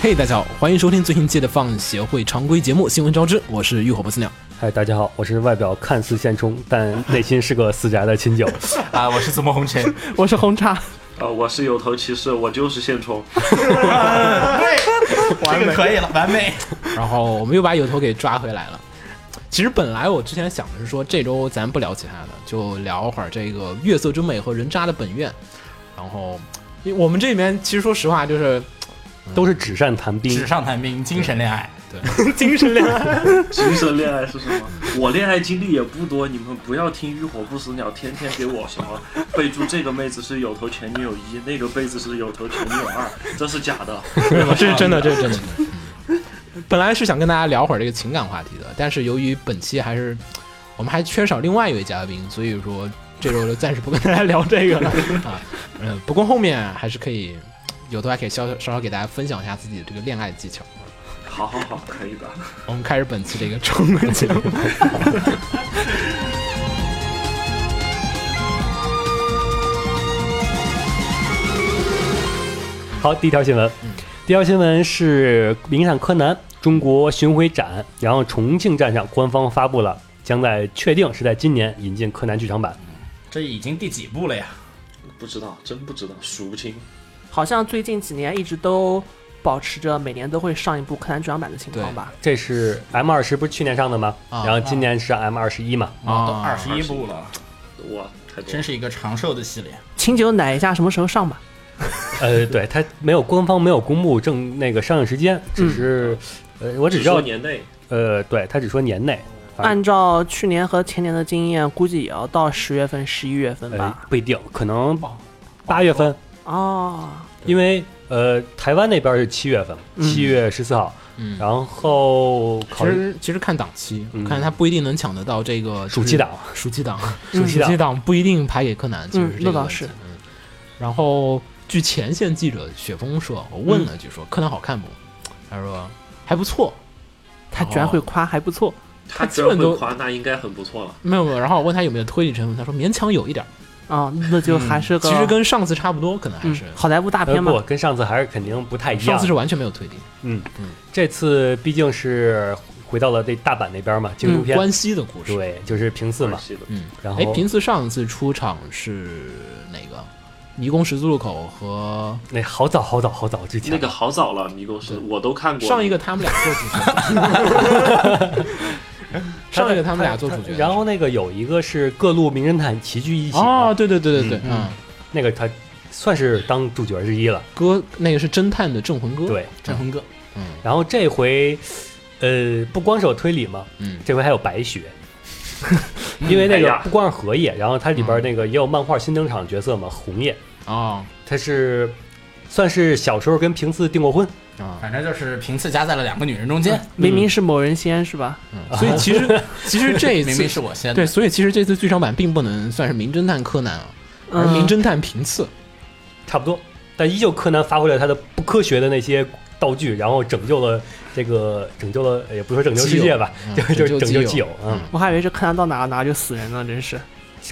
嘿、大家好，欢迎收听最新期的放协会常规节目《新闻招知》，我是浴火不死 鸟。嗨，大家好，我是外表看似现充，但内心是个死宅的秦九。啊，我是紫陌红尘。我是红茶，呃，我是有头骑士，我就是现充。这个可以了， 完美。然后我们又把有头给抓回来了。其实本来我之前想的是说，这周咱不聊其他的，就聊会儿这个《月色之美》和《人渣的本愿》。然后，因为我们这里面其实说实话，就是 都是纸上谈兵纸，上谈兵，精神恋爱。精神恋爱。精神恋爱是什么？我恋爱经历也不多，你们不要听浴火不死鸟天天给我什么备注这个妹子是有头前女友一，那个妹子是有头前女友二，这是假的。这是真的，这是真的。 本来是想跟大家聊会儿这个情感话题的，但是由于本期还是我们还缺少另外一位嘉宾，所以说这周就暂时不跟大家聊这 个了啊。嗯，不过后面还是可以有的话可以稍稍稍给大家分享一下自己的这个恋爱技巧。好好好，可以的。我们开始本期这个中文节 目。好，第一条新闻，嗯第一条新闻是《名侦探柯南》中国巡回展，然后重庆站上官方发布了，将在确定是在今年引进柯南剧场版。嗯这已经第几部了呀？不知道，真不知道，数不清。好像最近几年一直都保持着每年都会上一部柯南剧场版的情况吧？这是 M 二十不是去年上的吗？啊然后今年是 M 二十一嘛？啊都哦二十一部了，哇，太多真了。是一个长寿的系列。清酒奶一下什么时候上吧？啊呃，对，它没有官方没有公布正那个上映时嗯间，只是、呃，我只只知道说年内，呃，对，它只说年内，反正按照去年和前年的经验，估计也要到十月份、十一月份嗯呃吧。不一定，可能哦八月份，哦，因为呃，台湾那边是七月份，七月十四号，嗯，然后其考虑实其实看档期，嗯看他不一定能抢得到这个就是暑期档。暑期档，嗯暑期档不一定排给柯南，其实这个那倒问题是。嗯然后据前线记者雪峰说，我问了句说柯南好看不？他说还不错，他居然会夸，还不错。他基只本要都会夸，那应该很不错了。没有没有。然后我问他有没有推理成分，他说勉强有一点儿，啊，那就还是个其实跟上次差不多，可能还嗯是好莱坞大呃片嘛不，。跟上次还是肯定不太一样。上次是完全没有推理，这次毕竟是回到了这大阪那边嘛，京都片，嗯关西的故事。对，就是平四嘛二。十一啊的嗯，然哎，后平次上次出场是哪个？迷宫十字路口和那好早好早好早之前那个好早了，迷宫是对我都看过。上一个他们俩做主他角， 上一个他们俩做主角他，然后那个有一个是各路名侦探齐聚一起嘛哦，，对对对对对，嗯，那个他算是当主角之一了。哥那个是侦探的镇魂歌，，对，镇魂歌，嗯然后这回呃不光是有推理嘛，嗯，这回还有白雪。 因为那哎个呀不光是荷叶，然后它里嗯边那个也有漫画新登场角色嘛，红叶，哦他是算是小时候跟平次订过婚，啊，反正就是频次夹在了两个女人中间。明明是某人先是吧？嗯所以其 实其实这一哎明明次是我先的对，，所以其实这次剧场版并不能算是名侦探柯南啊，而嗯名侦探平次，差不多，但依旧柯南发挥了他的不科学的那些道具，然后拯救了这个拯救了，也不说拯救世界吧，嗯 就就是拯救基基友友，。嗯，我还以为是柯南到哪哪就死人了，真是。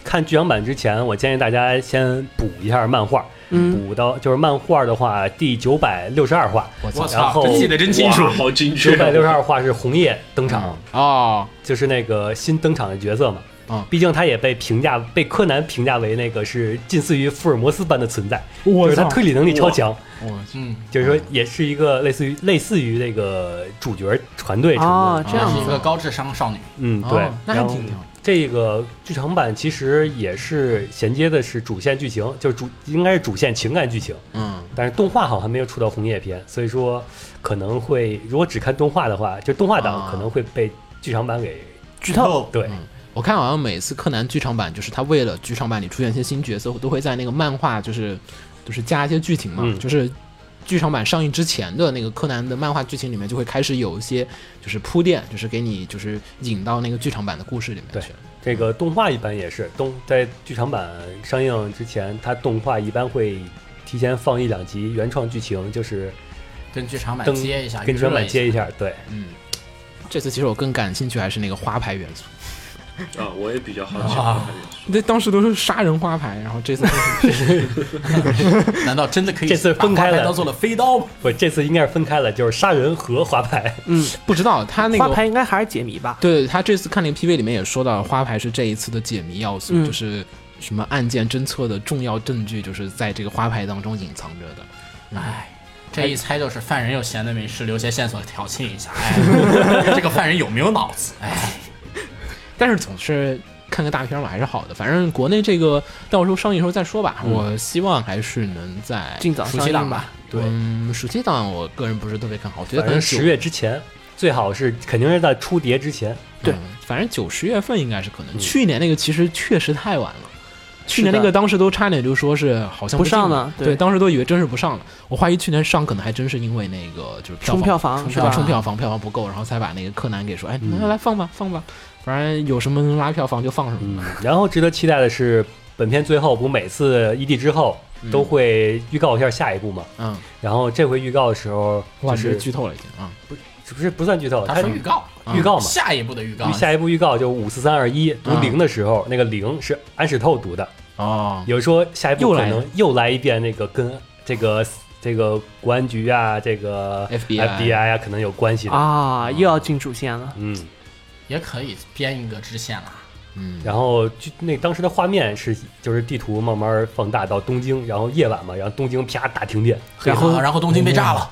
看剧场版之前，我建议大家先补一下漫画，嗯，补到就是漫画的话，第九百六十二话，我操我然操，后这记得真清楚哇。好精确九哦。百六十二话是嗯红叶登场，哦，就是那个新登场的角色嘛。啊毕竟他也被评价被柯南评价为那个是近似于福尔摩斯般的存在，就是他推理能力超强。我嗯，就是说也是一个类似于类似于那个主角团队成分哦，这样是一子个高智商少女。嗯，哦对，那还然后挺挺好这个剧场版其实也是衔接的是主线剧情，就是主应该是主线情感剧情，嗯，但是动画好像还没有出到红叶篇，所以说可能会如果只看动画的话，就动画党啊可能会被剧场版给剧透，对嗯我看好像每次柯南剧场版，就是他为了剧场版里出现一些新角色，都会在那个漫画就是就是加一些剧情嘛，嗯就是剧场版上映之前的那个柯南的漫画剧情里面，就会开始有一些就是铺垫，就是给你就是引到那个剧场版的故事里面去。这个动画一般也是动在剧场版上映之前，它动画一般会提前放一两集原创剧情，就是跟剧场版登啊接一下，跟剧场版娱乐一下接一下。对，嗯，这次其实我更感兴趣还是那个花牌元素，啊，我也比较好奇花牌元素。那当时都是杀人花牌，然后这次 就是难道真的可以这次分把开了花哎牌当做了飞刀吗？不，这次应该是分开了，就是杀人和花牌。嗯，不知道他那花个牌应该还是解谜吧？对他这次看那个 PV 里面也说到，花牌是这一次的解谜要素，嗯就是什么案件侦测的重要证据，就是在这个花牌当中隐藏着的。哎，这一猜就是犯人又闲的没事，留些线索挑衅一下。哎，这个犯人有没有脑子？哎，但是总是看个大片嘛，还是好的。反正国内这个到时候上映的时候再说吧。我希望还是能在嗯尽早暑上期映档吧。，对嗯，暑期档我个人不是特别看好，我觉得反可正能九十月之前最好是肯定是在出碟之前。对嗯反正九十月份应该是可能。嗯去年那个其实确实太晚了。去年是那的个当时都差点就说是好像不进上了对，对当时都以为真是不上了。我怀疑去年上可能还真是因为那个就是票冲房票房冲是票吧？冲票房票房不够，然后才把那个柯南给说，哎，嗯来来放吧放吧，反正有什么能拉票房就放什么。嗯，然后值得期待的是，本片最后不每次 ED 之后都会预告一下下一部嘛？嗯，然后这回预告的时候，哇，就这是剧透了已经啊。是不是不算剧透？他它说预告，啊预告嘛。下一步的预告因为，下一部预告就五四三二一读零的时候，那个零是安史透读的，哦，有说下一步又可来能又来一遍那个跟这个这个国安局啊，这个 FBI 啊可能有关系的，啊，又要进主线了。嗯，也可以编一个支线了。嗯，然后就那当时的画面是就是地图慢慢放大到东京，然后夜晚嘛，然后东京啪大停电，然后啊然后东京被炸了，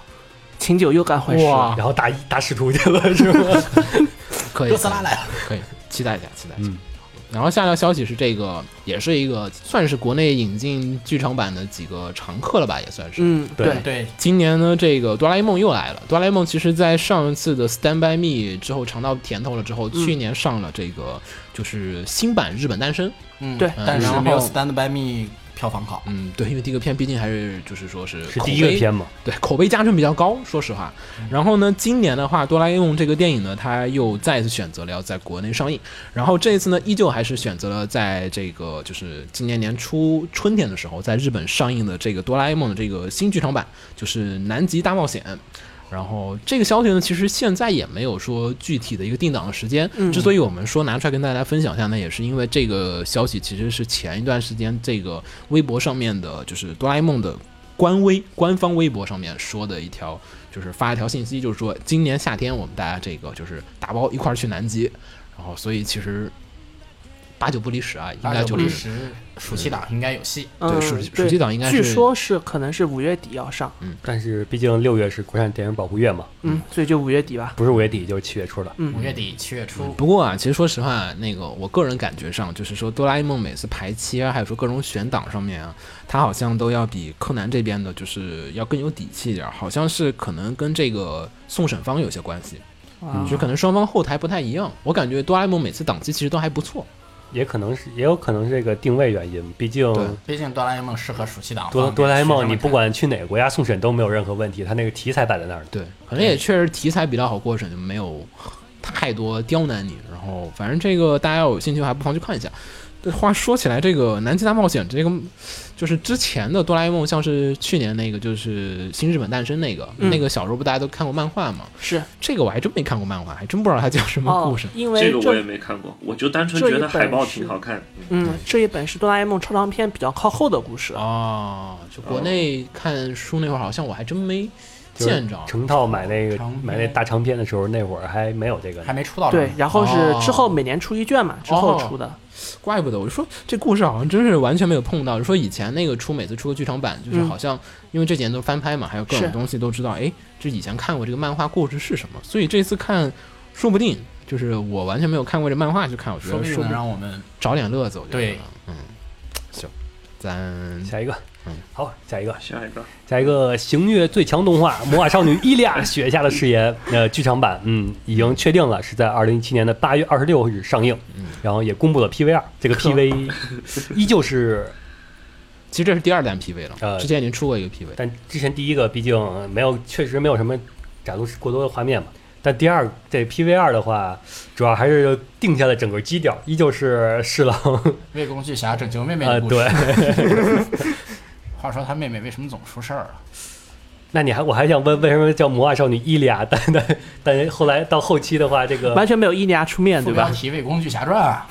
秦九又干坏事了，哇，然后大大使 徒去了是吗？可以，哥斯拉来了。可以，期待一下，期待一下。嗯然后下条消息是这个，也是一个算是国内引进剧场版的几个常客了吧，也算是。嗯，对对，对，今年呢，这个哆啦 A 梦又来了。哆啦 A 梦其实，在上一次的《Stand by Me》之后尝到甜头了之后，嗯去年上了这个就是新版日本诞生。嗯对但是然后没有《Stand by Me》票房好。嗯，对，因为第一个片毕竟还是就是说是是口第一个碑片嘛，对，口碑加成比较高，说实话。然后呢，今年的话，《哆啦 A 梦》这个电影呢，它又再一次选择了要在国内上映。然后这一次呢，依旧还是选择了在这个就是今年年初春天的时候，在日本上映的这个《哆啦 A 梦》的这个新剧场版，就是《南极大冒险》。然后这个消息呢，其实现在也没有说具体的一个定档的时间。嗯之所以我们说拿出来跟大家分享一下呢，也是因为这个消息其实是前一段时间这个微博上面的，就是哆啦 A 梦的官微官方微博上面说的一条，就是发一条信息，就是说今年夏天我们大家这个就是打包一块儿去南极，然后所以其实八九不离十啊，应该就历是史暑期档应该有戏。嗯，暑对暑期档应该是据说是可能是五月底要上，但是毕竟六月是国产电影保护月嘛，嗯，所以就五月底吧。不是五月底就是七月初了。嗯五月底七月初，不过啊，其实说实话，那个我个人感觉上，就是说哆啦 A 梦每次排期啊，还有说各种选档上面啊，它好像都要比柯南这边的，就是要更有底气一点儿，好像是可能跟这个送审方有些关系，啊嗯就可能双方后台不太一样。我感觉哆啦 A 梦每次档期其实都还不错，也可能是，也有可能是这个定位原因。毕竟对毕竟哆啦 A 梦适合暑期档放嗯哆点。哆啦 A 梦，学生们你看不管去哪个国家送审都没有任何问题，它那个题材摆在那儿呢。对，可能也确实题材比较好过审，就没有太多刁难你。然后，反正这个大家有兴趣还不妨去看一下。这话说起来，这个《南极大冒险》这个就是之前的哆啦 A 梦，像是去年那个就是新日本诞生那个，嗯那个小时候不大家都看过漫画嘛？是这个我还真没看过漫画，还真不知道它叫什么哦 故事。，因这为个我也没看过，我就单纯觉得海报挺好看。嗯，这一本是哆啦 A 梦超长篇比较靠后的故事，哦，就国内看书那会儿，好像我还真没就是见着。成套买那个长篇买那大长篇的时候，那会儿还没有这个呢还。没出到这儿对，然后哦是之后每年出一卷嘛，之后出的，怪不得我就说这故事好像真是完全没有碰到。就说以前那个出每次出个剧场版，就是嗯好像因为这几年都翻拍嘛，还有各种是东西都知道，哎，就以前看过这个漫画故事是什么，所以这次看说不定就是我完全没有看过这漫画去看，我觉说得不定说能不让我们找点乐子，我觉得对嗯，行，咱下一个嗯，好，下一个，下一个，下一个行虐最强动画《魔法少女伊利亚雪下的誓言》呃，剧场版，嗯，已经确定了是在二零一七年的八月二十六日上映嗯，然后也公布了 PV 二，这个 PV 依旧是，其实这是第二弹 PV 了，呃之前已经出过一个 PV，但之前第一个毕竟没有，确实没有什么展露过多的画面嘛。但第二这 PV 二的话，主要还是定下了整个基调，依旧是侍郎魏公巨侠拯救妹妹呃，的故事。对。 话说他妹妹为什么总出事儿啊？那你还我还想问，为什么叫魔法少女伊利亚？但但但后来到后期的话，这个完全没有伊利亚出面，副对标吧？ 题《魏公巨侠传》啊，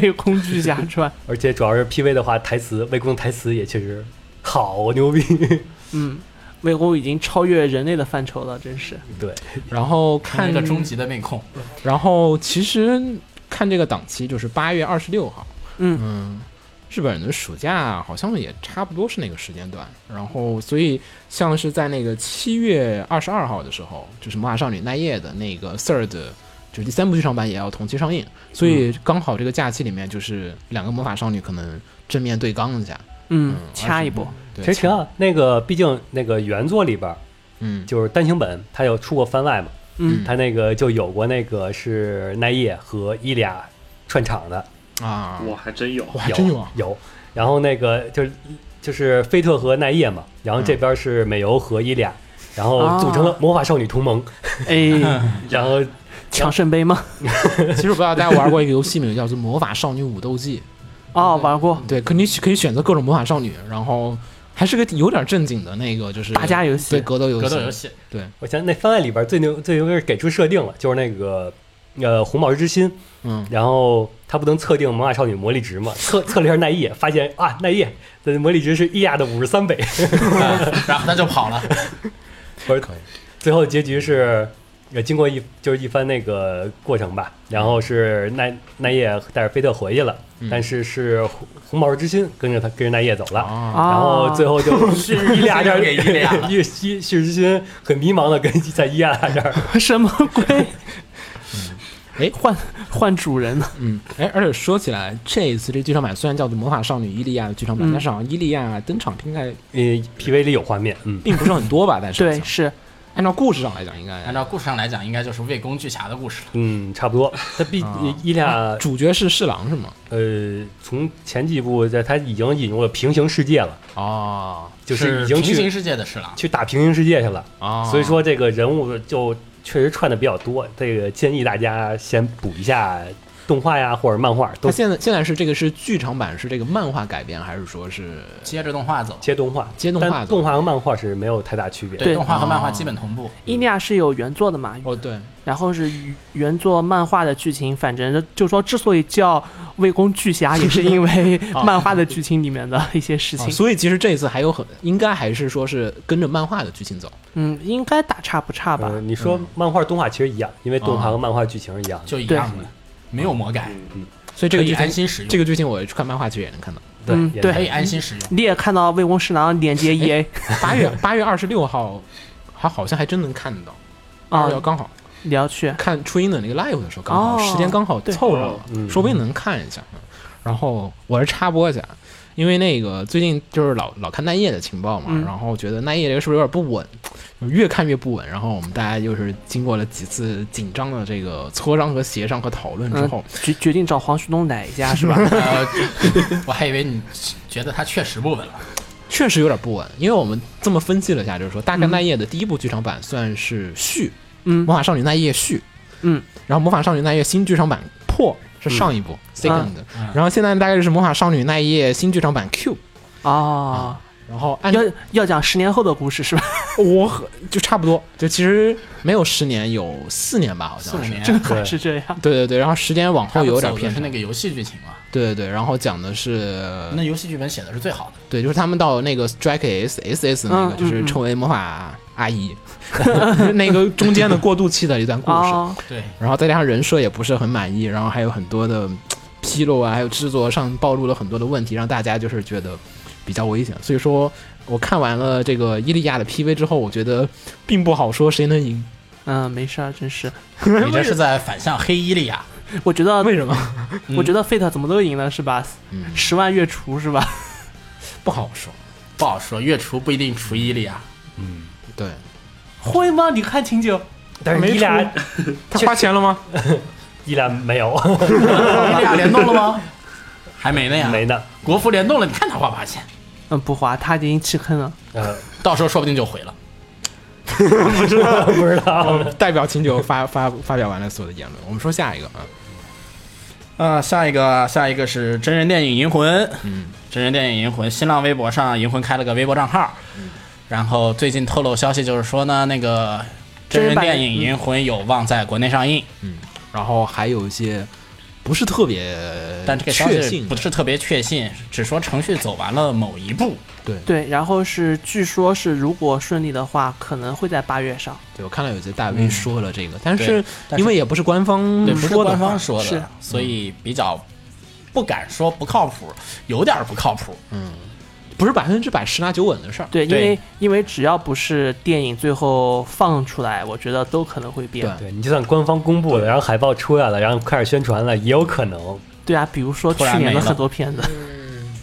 为空虚侠传， 而且主要是 PV 的话，台词魏公台词也确实好牛逼。 嗯，魏公已经超越人类的范畴了，真是。对，然后看看着终极的妹控，然后其实看这个档期就是八月二十六号，嗯日本人的暑假好像也差不多是那个时间段，然后所以像是在那个七月二十二号的时候，就是《魔法少女奈叶》的那个 third，就是第三部剧场版也要同期上映，所以刚好这个假期里面就是两个魔法少女可能正面对刚一下，嗯，而且掐一波。对，其实挺好。那个毕竟那个原作里边儿嗯，就是单行本，它有出过番外嘛，嗯它那个就有过那个是奈叶和伊利亚串场的，啊，我还真有。我还真有啊，有。然后那个就是就是菲特和奈叶嘛，然后这嗯边是美由和伊利亚，然后组成哦了魔法少女同盟， 哎，然后抢圣杯吗？其实我不知道大家玩过一个游戏名叫做《魔法少女武斗记》，哦，玩过对，可你可以选择各种魔法少女，然后还是个有点正经的那个，就是打架游对戏，格斗游戏，格斗游戏，我想那番外里边最牛最牛的是给出设定了，就是那个呃红宝石之心，嗯，然后他不能测定魔法少女魔力值嘛，测测了一下奈叶，发现啊奈叶的魔力值是伊亚的五十三倍，然后他就跑了。 最后结局是。呃，经过一就是一番那个过程吧，然后是奈奈叶带着菲特回去了，嗯但是是红红宝石之心跟着他跟着奈叶走了，啊，啊然后最后就伊利亚这儿给伊利亚了伊伊旭之心很迷茫的跟在伊利亚这儿什么鬼？ 哎换换主人了，嗯，哎，而且说起来，这一次这剧场版虽然叫做《魔法少女伊利亚》的剧场版，嗯但是好像伊利亚登场应该呃 PV 里有画面，嗯，并不是很多吧？但是好对，像是按照故事上来讲，应该按照故事上来讲，应该就是魏公巨侠的故事了。嗯，差不多。 他毕啊伊利亚主角是侍郎是吗？呃，从前几部在他已经引入了平行世界了，哦就是已经平行去世界的侍郎，去打平行世界去了。哦，所以说这个人物就确实串的比较多。这个建议大家先补一下动画呀或者漫画，他都现在现在是这个是剧场版是这个漫画改编，还是说是接着动画走。接动画。接动画但的？动画和漫画是没有太大区别的。对动画和漫画哦基本同步。伊利亚是有原作的嘛，哦，对，然后是原作漫画的剧情，反正就说之所以叫魏公巨侠，也是因为 啊漫画的剧情里面的一些事哦情。所以其实这一次还有很应该还是说是跟着漫画的剧情走。嗯，应该大差不差吧呃，？你说漫画、动画其实一样，因为动画和漫画剧情是一样的。就一样的，没有魔改，嗯，所以这可个以剧安情，心使用，这个哎剧情我去看漫画其实也能看到。嗯也对可以安心使用。你也看到魏公侍郎连 接，E EA 八月八月二十六号，还好像还真能看得到。啊二，要刚好你要去看初音的那个 live 的时候，刚好、哦时间刚好对凑上了，嗯说不定能看一下。嗯然后我是插播一下，因为那个最近就是老老看奈叶的情报嘛，嗯然后觉得奈叶这个是不是有点不稳，越看越不稳。然后我们大家就是经过了几次紧张的这个磋商和协商和讨论嗯之后，嗯决决定找黄旭东奶一下是吧？ 呃， 我还以为你觉得他确实不稳了，确实有点不稳。因为我们这么分析了一下，就是说大概嗯奈叶的第一部剧场版算是续，嗯魔法少女奈叶续，嗯，然后魔法少女奈叶新剧场版破是上一部、second，、嗯然后现在大概就是魔法少女奈叶新剧场版 Q，哦，然后按要要讲十年后的故事是吧？我很就差不多，就其实没有十年，有四年吧，好像四是。年。真对还是这样。哎对对对，然后时间往后有点偏是差那个游戏剧情嘛？对对对，然后讲的是那游戏剧本写的是最好的，对，就是他们到那个 Strike S S S 那个，嗯就是嗯嗯成为魔法阿姨， 那个中间的过渡期的一段故事，哦，对，然后再加上人设也不是很满意，然后还有很多的嗯纰漏啊，还有制作上暴露了很多的问题，让大家就是觉得比较危险。所以说我看完了这个伊利亚的 PV 之后，我觉得并不好说谁能赢。嗯，没事儿，真是。你这是在反向黑伊利亚。我觉得，为什么嗯我觉得 Fate 怎么都赢了是吧？嗯，十万月除是吧？不好说？不好说，月厨不一定除伊利 亚。嗯，对，会吗？你看秦九，但是没伊俩他花钱了吗？ 伊俩没有，伊利亚联动了 吗？还没呢 呀，没呢。国服联动了，你看他花不花钱，嗯，不花，他已经弃坑了。呃，到时候说不定就毁了。不知道。代表秦九发发发表完了所有的言论，我们说下一个啊，啊、下一个，下一个是真人电影《银魂》。嗯，真人电影《银魂》，新浪微博上，银魂开了个微博账号。嗯然后最近透露消息就是说呢，那个真人电影《银魂》有望在国内上映，然后还有一些不是特别但这个消呃确息信的，不是特别确信，只说程序走完了某一步。对，然后是据说是如果顺利的话，可能会在八月上。对我看到有些大 V 嗯说了这个，但是对但是因为也不是官方对，不嗯是说的官话，方说是的，所以比较不敢说不靠谱，有点不靠谱。不是百分之百十拿九稳的事儿。对，因对为因为只要不是电影最后放出来，我觉得都可能会变。对啊对你就算官方公布了，然后海报出来了，然后开始宣传了，也有可能。对啊，比如说突去然年没的了很多片子，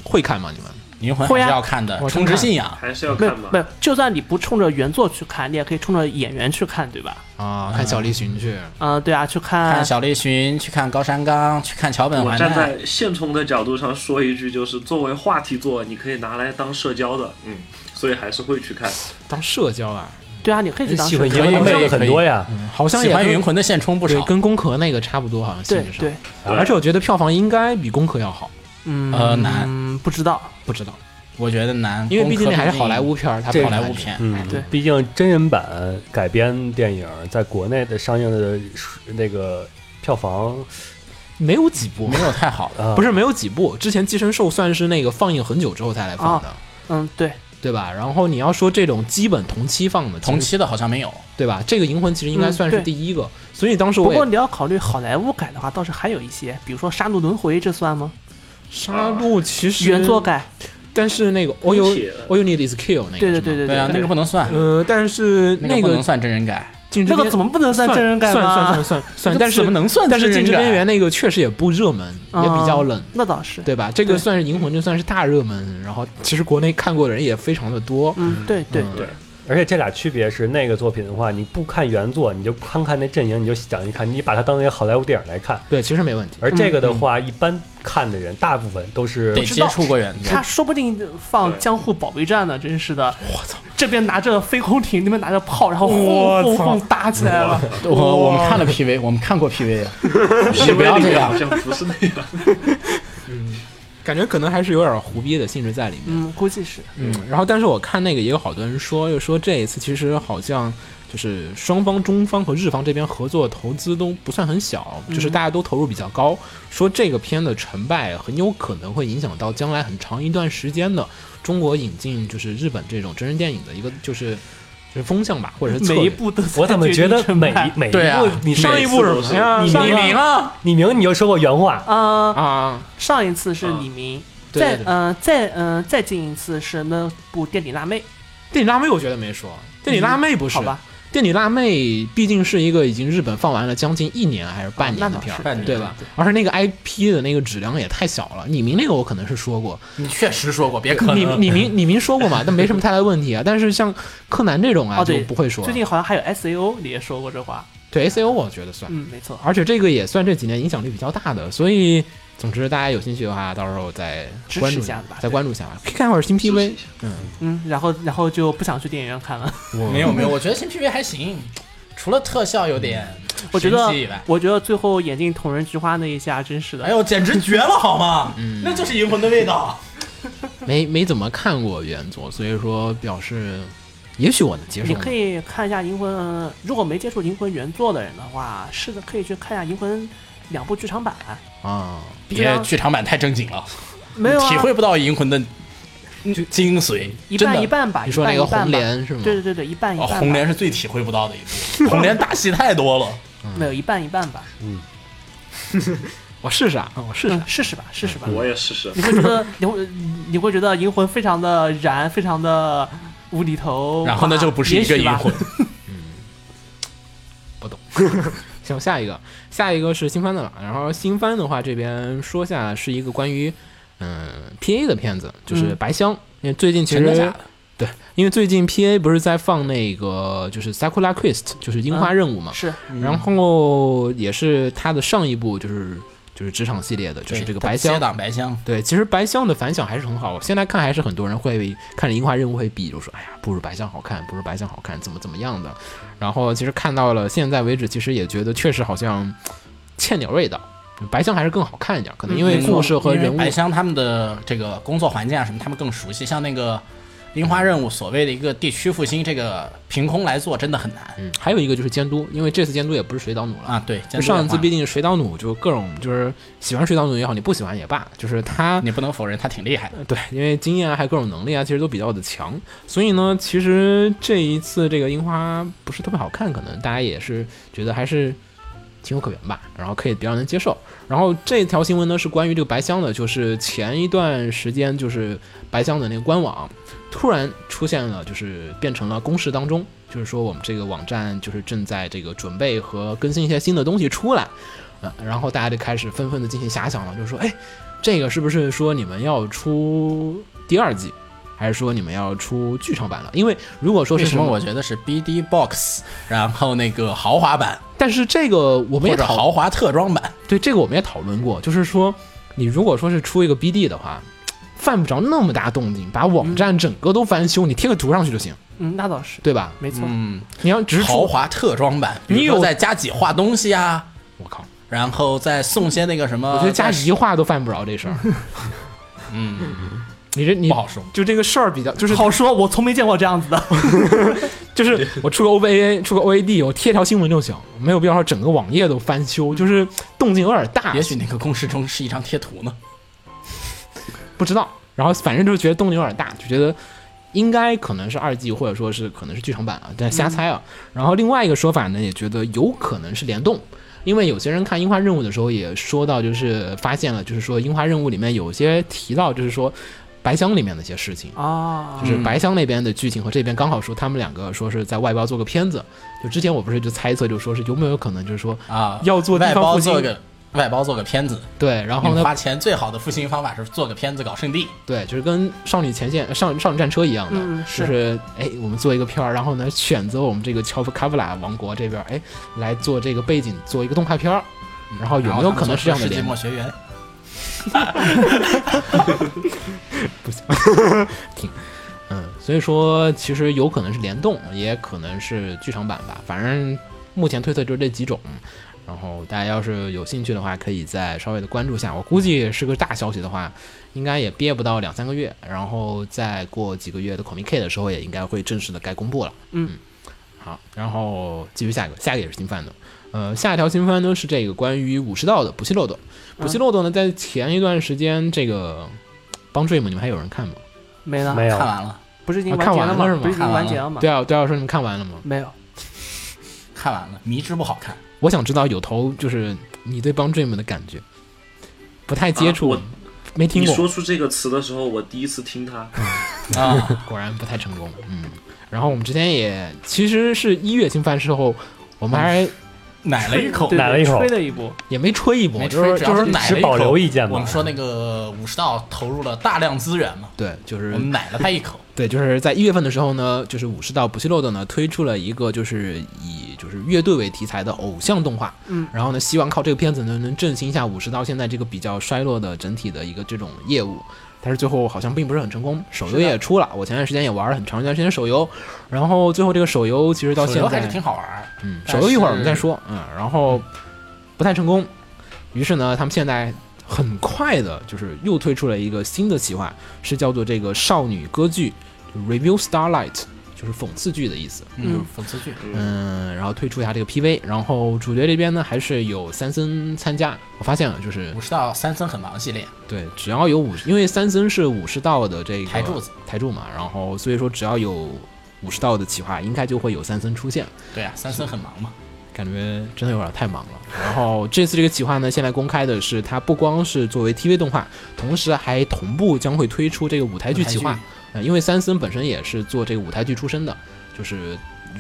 会看吗？你们？银魂还会是啊要看的，我充值真看信仰。还是要没有看吧没。有，就算你不冲着原作去看，你也可以冲着演员去看，对吧？啊，看小栗旬去，嗯、对啊，去看看小栗旬，去看高山刚，去看桥本我环站奈。在现充的角度上说一句，就是作为话题作，你可以拿来当社交的，嗯，所以还是会去看。当社交啊，对啊，你可以去当喜时欢刻银魂可以妹子很多呀，好像喜也欢跟云魂的现充不对少，跟工壳那个差不多，好像性对质上。对，对而且我觉得票房应该比工壳要好，嗯，呃难嗯，不知道，不知道，我觉得难，因为毕竟工那科还是好莱坞片儿，它毕竟啊票好房莱坞还是片。嗯，对毕竟真人版改编电影在国内的上映的数那个票房没有几部没，有太好的，啊，不是没有几部。之前《寄生兽》算是那个放映很久之后才来放哦的，嗯，对，对吧？然后你要说这种基本同期放的，同其实期的好像没有。对吧？这个《银魂》其实应该嗯算是对第一个，所以当时不我也过你要考虑好莱坞改的话，倒是还有一些，比如说《杀戮轮回》，这算吗？杀戮其实啊原作，改，但是那个 All 且 You All You Need Is Kill 那个，对对对对，对对啊，那个不能算，呃，但是那个不个能算真人改。竞那争个怎么不能算算真人改算算吗算？算算，这但是怎么能算但是《真人竞啊争改边缘》那个确实也不热门，也比较冷，那倒是，对吧？这个对算是《银魂》，就算是大热门，然后其实国内看过的人也非常的多。嗯，对对，嗯对而且这俩区别是，那个作品的话，你不看原作，你就光看那阵营，你就想一看，你把它当一个好莱坞电影来看。对，其实没问题。而嗯这个的话，一般看的人大部分都是得知接道触过原作他。说不定放《对江户保卫战》呢，真是的！我操，这边拿着飞空艇，那边拿着炮，然后轰轰轰打起来了。我我们看了 PV，我们看过啊 PV 呀。你因不为要里这面好样，像不是那样。感觉可能还是有点胡逼的性质在里面。嗯，估计是嗯，然后但是我看那个也有好多人说，又说这一次其实好像就是双方中方和日方这边合作投资都不算很小，就是大家都投入比较高，说这个片的成败很有可能会影响到将来很长一段时间的中国引进就是日本这种真人电影的一个就是就是风向吧，或者是策略每一步都在我怎么觉得决定成每败每一对啊部你上一部每次都是你你明啊明了，你明你就说过原话，呃，啊，上一次是李明，对再对对呃再嗯再进一次是那部《垫底辣妹》，电影辣妹我觉得没说，电影辣妹不是好，吧？电影辣妹毕竟是一个已经日本放完了将近一年还是半年啊那的倒片儿是。半年对吧？？而且那个 IP 的那个质量也太小了。李明那个我可能是说 过， 你确实说过，别可李能。李明李明说过嘛，但没什么太大问题啊。但是像柯南这种啊，哦就对不会说。最近好像还有 S A O，你也说过这话。对 S O 我觉得算，嗯，没错，而且这个也算这几年影响力比较大的，所以总之大家有兴趣的话，到时候再支持关注一下吧再关注一下吧。可以看会儿新 PV，嗯，然后然后就不想去电影院看了。没有没有，我觉得新 PV 还行，除了特效有点我觉得神奇以外，我觉得最后眼镜捅人菊花那一下，真是哎的。呦，简直绝了好吗？那就是银魂的味道。没没怎么看过原作，所以说表示也许我能接受。你可以看一下《银魂》，呃如果没接触《银魂》原作的人的话，是的，可以去看一下《银魂》两部剧场版。啊，对别啊剧场版太正经了，没有、啊、体会不到银魂的嗯精髓。一真的半一半吧。你说那个一半红一半吧？莲是吗？对对对对，一半一哦，半吧。红莲是最体会不到的一部，红莲打戏太 多了。没有一半一半吧？我试试啊，我试试嗯，。试试吧，试试吧。我也试试，你会觉得 你会你会觉得银魂非常的燃，非常的无厘头。啊然后呢，哇就不是一个银。也许吧魂。行，下一个，下一个是新番的了。然后新番的话，这边说下是一个关于嗯 P A 的片子，就是嗯白箱。因为最近其真的假实的？因为最近 P A 不是在放那个就是 Sakura Quest，就是樱花任务啊嘛，是然嗯后也是他的上一部就是就是职场系列的，就是这个白箱接。档白箱，对，其实白箱的反响还是很好。现在看还是很多人会看着樱花任务会比，就说哎呀，不如白箱好看，不如白箱好看，怎么怎么样的。然后其实看到了现在为止，其实也觉得确实好像欠点味道。白箱还是更好看一点，可能因为故事和嗯因为人物白箱他们的这个工作环境啊什么，他们更熟悉。像那个樱花任务，所谓的一个地区复兴，这个凭空来做真的很难嗯，还有一个就是监督，因为这次监督也不是水岛努了。啊。对，就上一次毕毕竟水岛努就各种就是喜欢水岛努也好，你不喜欢也罢，就是他你不能否认他挺厉害的。对，因为经验啊，还有各种能力啊，其实都比较的强。所以呢，其实这一次这个樱花不是特别好看，可能大家也是觉得还是情有可原吧，然后可以比较能接受。然后这条新闻呢是关于这个白箱的，就是前一段时间就是白箱的那个官网突然出现了，就是变成了公示当中，就是说我们这个网站就是正在这个准备和更新一些新的东西出来。呃，然后大家就开始纷纷的进行遐想了，就是说，哎，这个是不是说你们要出第二季，还是说你们要出剧场版了？因为如果说为是什么什么我觉得是 BD Box，然后那个豪华版但是这个我们或也者讨豪华特装版，对这个我们也讨论过，就是说，你如果说是出一个 BD 的话，犯不着那么大动静，把网站整个都翻修，你贴个图上去就行，嗯，那倒是对吧？没错。嗯，你要只是豪出，华特装版，比如你说有在加几画东西啊，我靠，然后再送些那个什么，我觉得加一画都犯不着这事儿。嗯 你这你不好说。就这个事儿比较，就是好说，我从没见过这样子的。 就是我出个 OVA，出个 OAD，我贴条新闻就行，没有必要说整个网页都翻修，就是动静有点大，也许那个公式中是一张贴图呢。不知道。然后反正就是觉得动静有点大，就觉得应该可能是二季，或者说是可能是剧场版啊，但瞎猜啊。嗯然后另外一个说法呢，也觉得有可能是联动，因为有些人看《樱花任务》的时候也说到，就是发现了，就是说《樱花任务》里面有些提到，就是说白箱里面的一些事嗯情。啊就是白箱那边的剧情和这边刚好说他们两个说是在外包做个片子，就之前我不是就猜测就说是有没有可能就是说啊，要做地外方包复兴做个外包做个片子，对，然后你呢花钱最好的复兴方法是做个片子搞圣地，对，就是跟少女前线、呃少少女战车一样的，嗯就是是哎，我们做一个片儿，然后呢，选择我们这个乔夫卡布拉王国这边哎来做这个背景，做一个动画片儿。嗯然哦后有没有可能是这样的世纪联末盟？学园？嗯，所以说其实有可能是联动，也可能是剧场版吧。反正目前推测就是这几种。然后大家要是有兴趣的话，可以再稍微的关注一下。我估计是个大消息的话，应该也憋不到两三个月。然后再过几个月的 Comic K 的时候，也应该会正式的该公布了。嗯好，然后继续下一个，下一个也是新番的。呃，下一条新番呢是这个关于武士道的《不息漏斗》。《不息漏斗》呢，在前一段时间，这个帮 dream 你们还有人看吗？没了，没有啊看，完了，不是已经啊完结看完吗？了是吗不是已经看完完结了吗？对啊，对啊，说你们看完了吗？没有，看完了，迷之不好 看。我想知道有头就是你对帮 dream 的感觉，不太接触，啊没听你过，说出这个词的时候，我第一次听它。啊，果然不太成功。嗯，然后我们之前也其实是一月新番之后，我们嗯还奶了一口，对奶了一口吹了一波。也没吹一波，没就吹，啊是只就要是是奶持了一保留口。意见我吧们。说那个武士道投入了大量资源嘛，对，就是我们奶了他一口。对，就是在一月份的时候呢，就是武士道不息漏斗呢推出了一个就是以就是乐队为题材的偶像动画，嗯，然后呢，希望靠这个片子呢能振兴一下武士道现在这个比较衰落的整体的一个这种业务，但是最后好像并不是很成功，手游是的也出了，我前段时间也玩了很长一段时间手游，然后最后这个手游其实到手现游在还是挺好玩儿，嗯，但手游一会儿我们是再说，嗯，然后不太成功，于是呢，他们现在很快的，就是又推出了一个新的企划，是叫做这个少女歌剧就 Review Starlight，就是讽刺剧的意思，嗯，讽刺剧。嗯，然后推出一下这个 PV，然后主角这边呢还是有三森参加，我发现了，啊就是武士道三森很忙系列，对，只要有武士，因为三森是武士道的这个台柱子台柱嘛，然后所以说只要有武士道的企划，应该就会有三森出现。对啊，三森很忙嘛。感觉真的有点太忙了。然后这次这个企划呢，现在公开的是，它不光是作为 TV 动画，同时还同步将会推出这个舞台剧企舞划台剧。呃，因为三森本身也是做这个舞台剧出身的，就是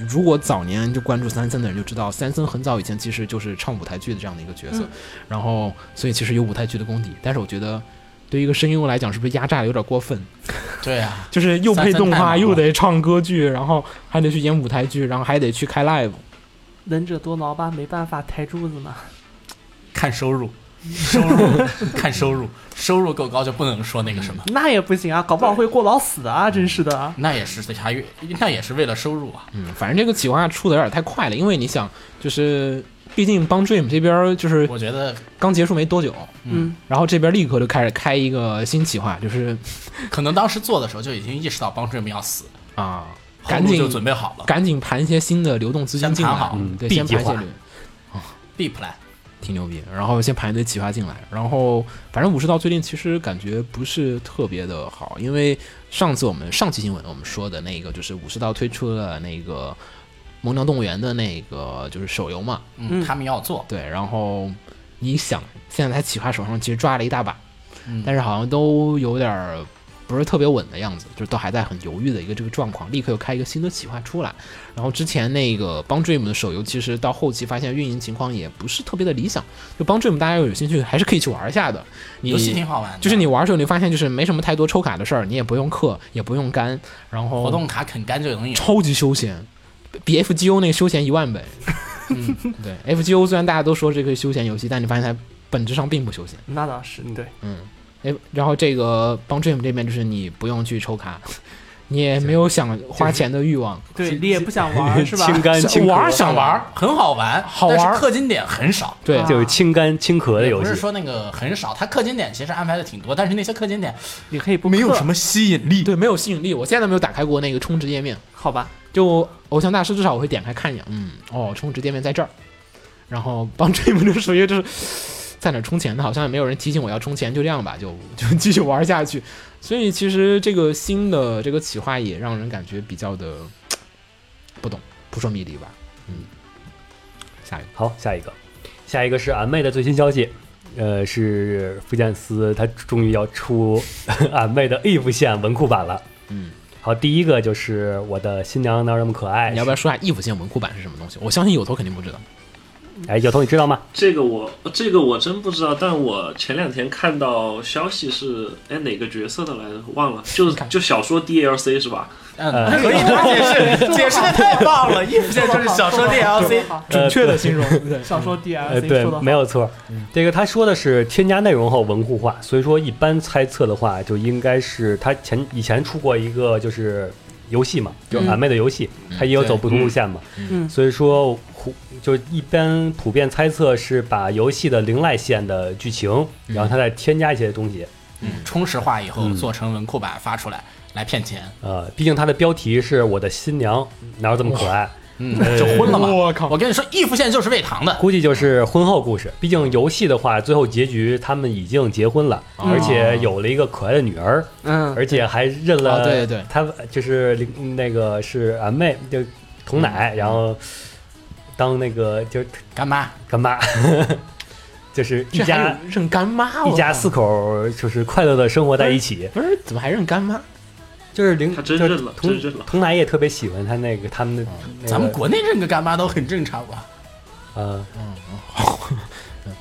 如果早年就关注三森的人就知道，三森很早以前其实就是唱舞台剧的这样的一个角色，嗯然后所以其实有舞台剧的功底，但是我觉得对于一个声优来讲，是不是压榨有点过分？对啊，就是又配动三森太忙画，了又得唱歌剧，然后还得去演舞台剧，然后还得去开 live。能者多劳吧，没办法，抬柱子嘛。 看收入，收入看收入，收入够高就不能说那个什么，那也不行啊，搞不好会过劳死啊！真是的，那也是还那也是为了收入啊。嗯，反正这个企划出的有点太快了，因为你想，就是毕竟帮 Dream 这边儿就是我觉得刚结束没多久，嗯，然后这边立刻就开始开一个新企划，就是可能当时做的时候就已经意识到帮 Dream 要死，啊，后赶路紧就准备好了赶紧盘一些新的流动资金先进来，盘好嗯对， B 先盘一计些划流，B plan 挺牛逼。然后先盘一堆企划进来，然后反正武士道最近其实感觉不是特别的好，因为上次我们上期新闻我们说的那个就是武士道推出了那个《萌娘动物园》的那个就是手游嘛，嗯，他们要做，对，然后你想现在他企划手上其实抓了一大把，嗯但是好像都有点儿不是特别稳的样子，就是都还在很犹豫的一个这个状况，立刻又开一个新的企划出来。然后之前那个帮 Dream 的手游，其实到后期发现运营情况也不是特别的理想，就帮 Dream 大家有兴趣还是可以去玩一下的。嗯你游戏挺好玩的，就是你玩的时候，你发现就是没什么太多抽卡的事儿，你也不用氪，也不用肝，然后活动卡啃干就能赢，超级休闲，比 FGO 那个休闲一万倍。嗯， 对，FGO 虽然大家都说这个休闲游戏，但你发现它本质上并不休闲。那倒是对。嗯，哎，然后这个帮 Dream 这边就是你不用去抽卡，你也没有想花钱的欲望，对你也不想玩 是吧？清肝想清玩咳，儿想玩想玩儿，儿很好玩，好玩儿但是氪金点很少。对，啊就是清肝清咳的也游不是戏。说那个很少，它氪金点其实安排的挺多，但是那些氪金点你可以不没有氪什么吸引力。对，没有吸引力。我现在都没有打开过那个充值页面，好吧？就偶像大师至少我会点开看一眼，嗯，哦，充值界面在这儿。然后帮 Dream 这属于就是在哪儿充钱的，好像也没有人提醒我要充钱，就这样吧，就就继续玩下去。所以其实这个新的这个企划也让人感觉比较的不懂，扑朔迷离吧。嗯，下一个，好，下一个，下一个是俺妹的最新消息，呃，是福建斯他终于要出 俺妹的 if 线文库版了。嗯，好，第一个就是我的新娘哪有那么可爱？你要不要说下义务性文库版是什么东西？我相信有头肯定不知道。哎，小头你知道吗？这个我这个我真不知道，但我前两天看到消息是，哎哪个角色的来着？忘了，就看就小说 DLC 是吧？嗯，可以多解释，解释的太棒了。一现在就是小说 DLC，准确的形容，对， 小说呃， DLC 对说的，没有错。嗯这个他说的是添加内容后文库化，所以说一般猜测的话，就应该是他前以前出过一个就是游戏嘛，就嗯俺妹的游戏，他也有走不同路线嘛，嗯所以说就一般普遍猜测是把游戏的灵濑线的剧情，嗯然后他再添加一些东西。嗯，充实化以后嗯做成文库版发出来来骗钱，呃，毕竟它的标题是我的新娘，哪有这么可爱？嗯，呃就昏了嘛。我靠我跟你说，义父现在就是喂糖的，估计就是婚后故事。毕竟游戏的话，最后结局他们已经结婚了，哦嗯而且有了一个可爱的女儿，嗯，而且还认了。哦对对他就是领那个是俺妹，就嗯童奶，然后当那个就是干妈干妈， 就是一这还家有认干妈，一我家靠四口就是快乐的生活在一起。不是怎么还认干妈？就是领他真就是认了童真认了童奶也特别喜欢他那个他们的哦那个。咱们国内认个干妈都很正常吧？呃，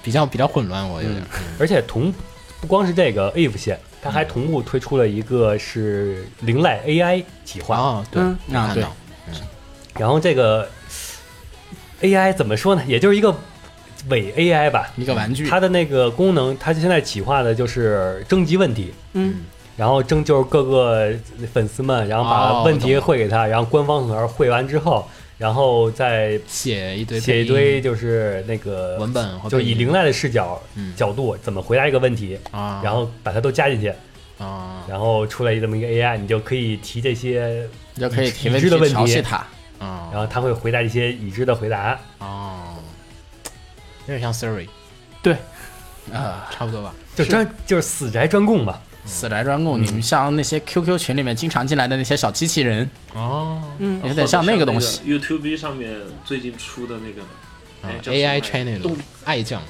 比较比较混乱，我有点。而且同不光是这个 AVE 线，它嗯还同步推出了一个是灵濑 AI 企划。哦，对，嗯我看啊对到，然后这个 AI 怎么说呢？也就是一个伪 AI 吧。一个玩具，它的那个功能，它现在企划的就是征集问题，嗯，然后征就是各个粉丝们，然后把哦问懂题了汇给他，然后官方从那儿汇完之后，然后再写一堆配写一音堆就是那个文本或就配以音，灵濑的视角嗯角度怎么回答一个问题，啊，然后把它都加进去，啊然后出来这么一个哦 AI，你就可以提这些，你就可以提已问知的问题题调戏他。啊，然后它会回答一些已知的回答。哦，有点像 Siri，啊，差不多吧？就专就是死宅专供嘛，死宅专供，你们像那些 QQ 群里面经常进来的那些小机器人，哦嗯，有点像那个东西。 YouTube 上面最近出的那个，哎啊叫什么，AI 来着动哦 Channel 爱酱，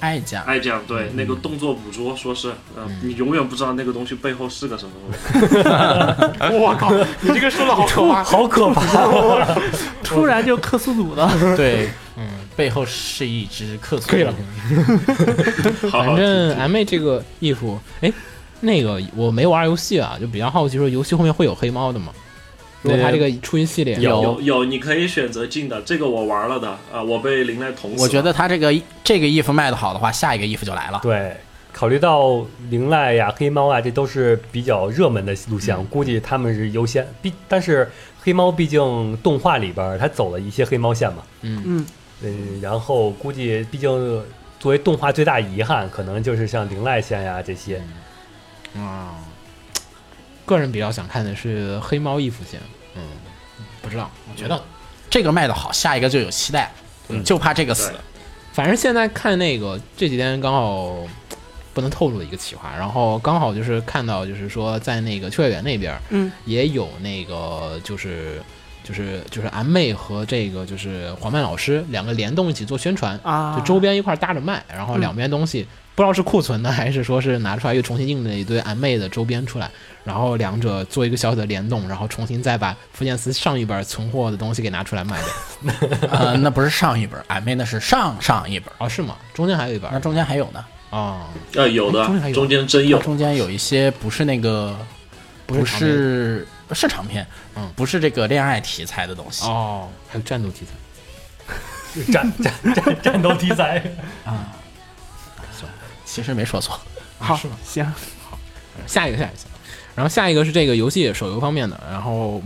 爱讲， 爱讲对那个动作捕捉，说是，呃，你永远不知道那个东西背后是个什么东西。我靠，你这个说的好可怕，好可怕！突然就克苏鲁了。对，嗯，背后是一只克苏鲁。可以了好好反，正 M A 这个艺术，哎，那个我没玩游戏啊，就比较好奇说游戏后面会有黑猫的吗？如果它这个出一系列，有有，你可以选择进的，这个我玩了的，啊、我被林奈捅死了。我觉得他这个这个 if 卖的好的话，下一个 if 就来了。 对，考虑到灵濑呀、黑猫啊，这都是比较热门的录嗯像，估计他们是优先。毕但是黑猫毕竟动画里边儿它走了一些黑猫线嘛，嗯，嗯，嗯，然后估计毕竟作为动画最大遗憾，可能就是像灵濑线呀这些。啊，个人比较想看的是黑猫艺术线，嗯，不知道，我觉得这个卖的好，下一个就有期待，就怕这个死对。反正现在看那个这几天刚好不能透露的一个企划，然后刚好就是看到就是说在那个秋叶原那边，嗯，也有那个就是就是就是俺妹和这个就是黄曼老师两个联动一起做宣传啊就周边一块儿搭着卖，然后两边东西。不知道是库存的还是说是拿出来又重新印了一堆俺妹的周边出来，然后两者做一个小小的联动，然后重新再把福建斯上一本存货的东西给拿出来卖掉。呃，那不是上一本，俺妹那是上上一本，哦，是吗？中间还有一本那中间还有呢，啊、呃有的中间还有中间真它有，中间有一些不是那个不不是长篇是是长篇，嗯不是这个恋爱题材的东西。哦，还有战斗题材。嗯 战战 战战斗题材，其实没说错，好是吗，行，下一个，下一个，下一个然后下一个是这个游戏手游方面的，然后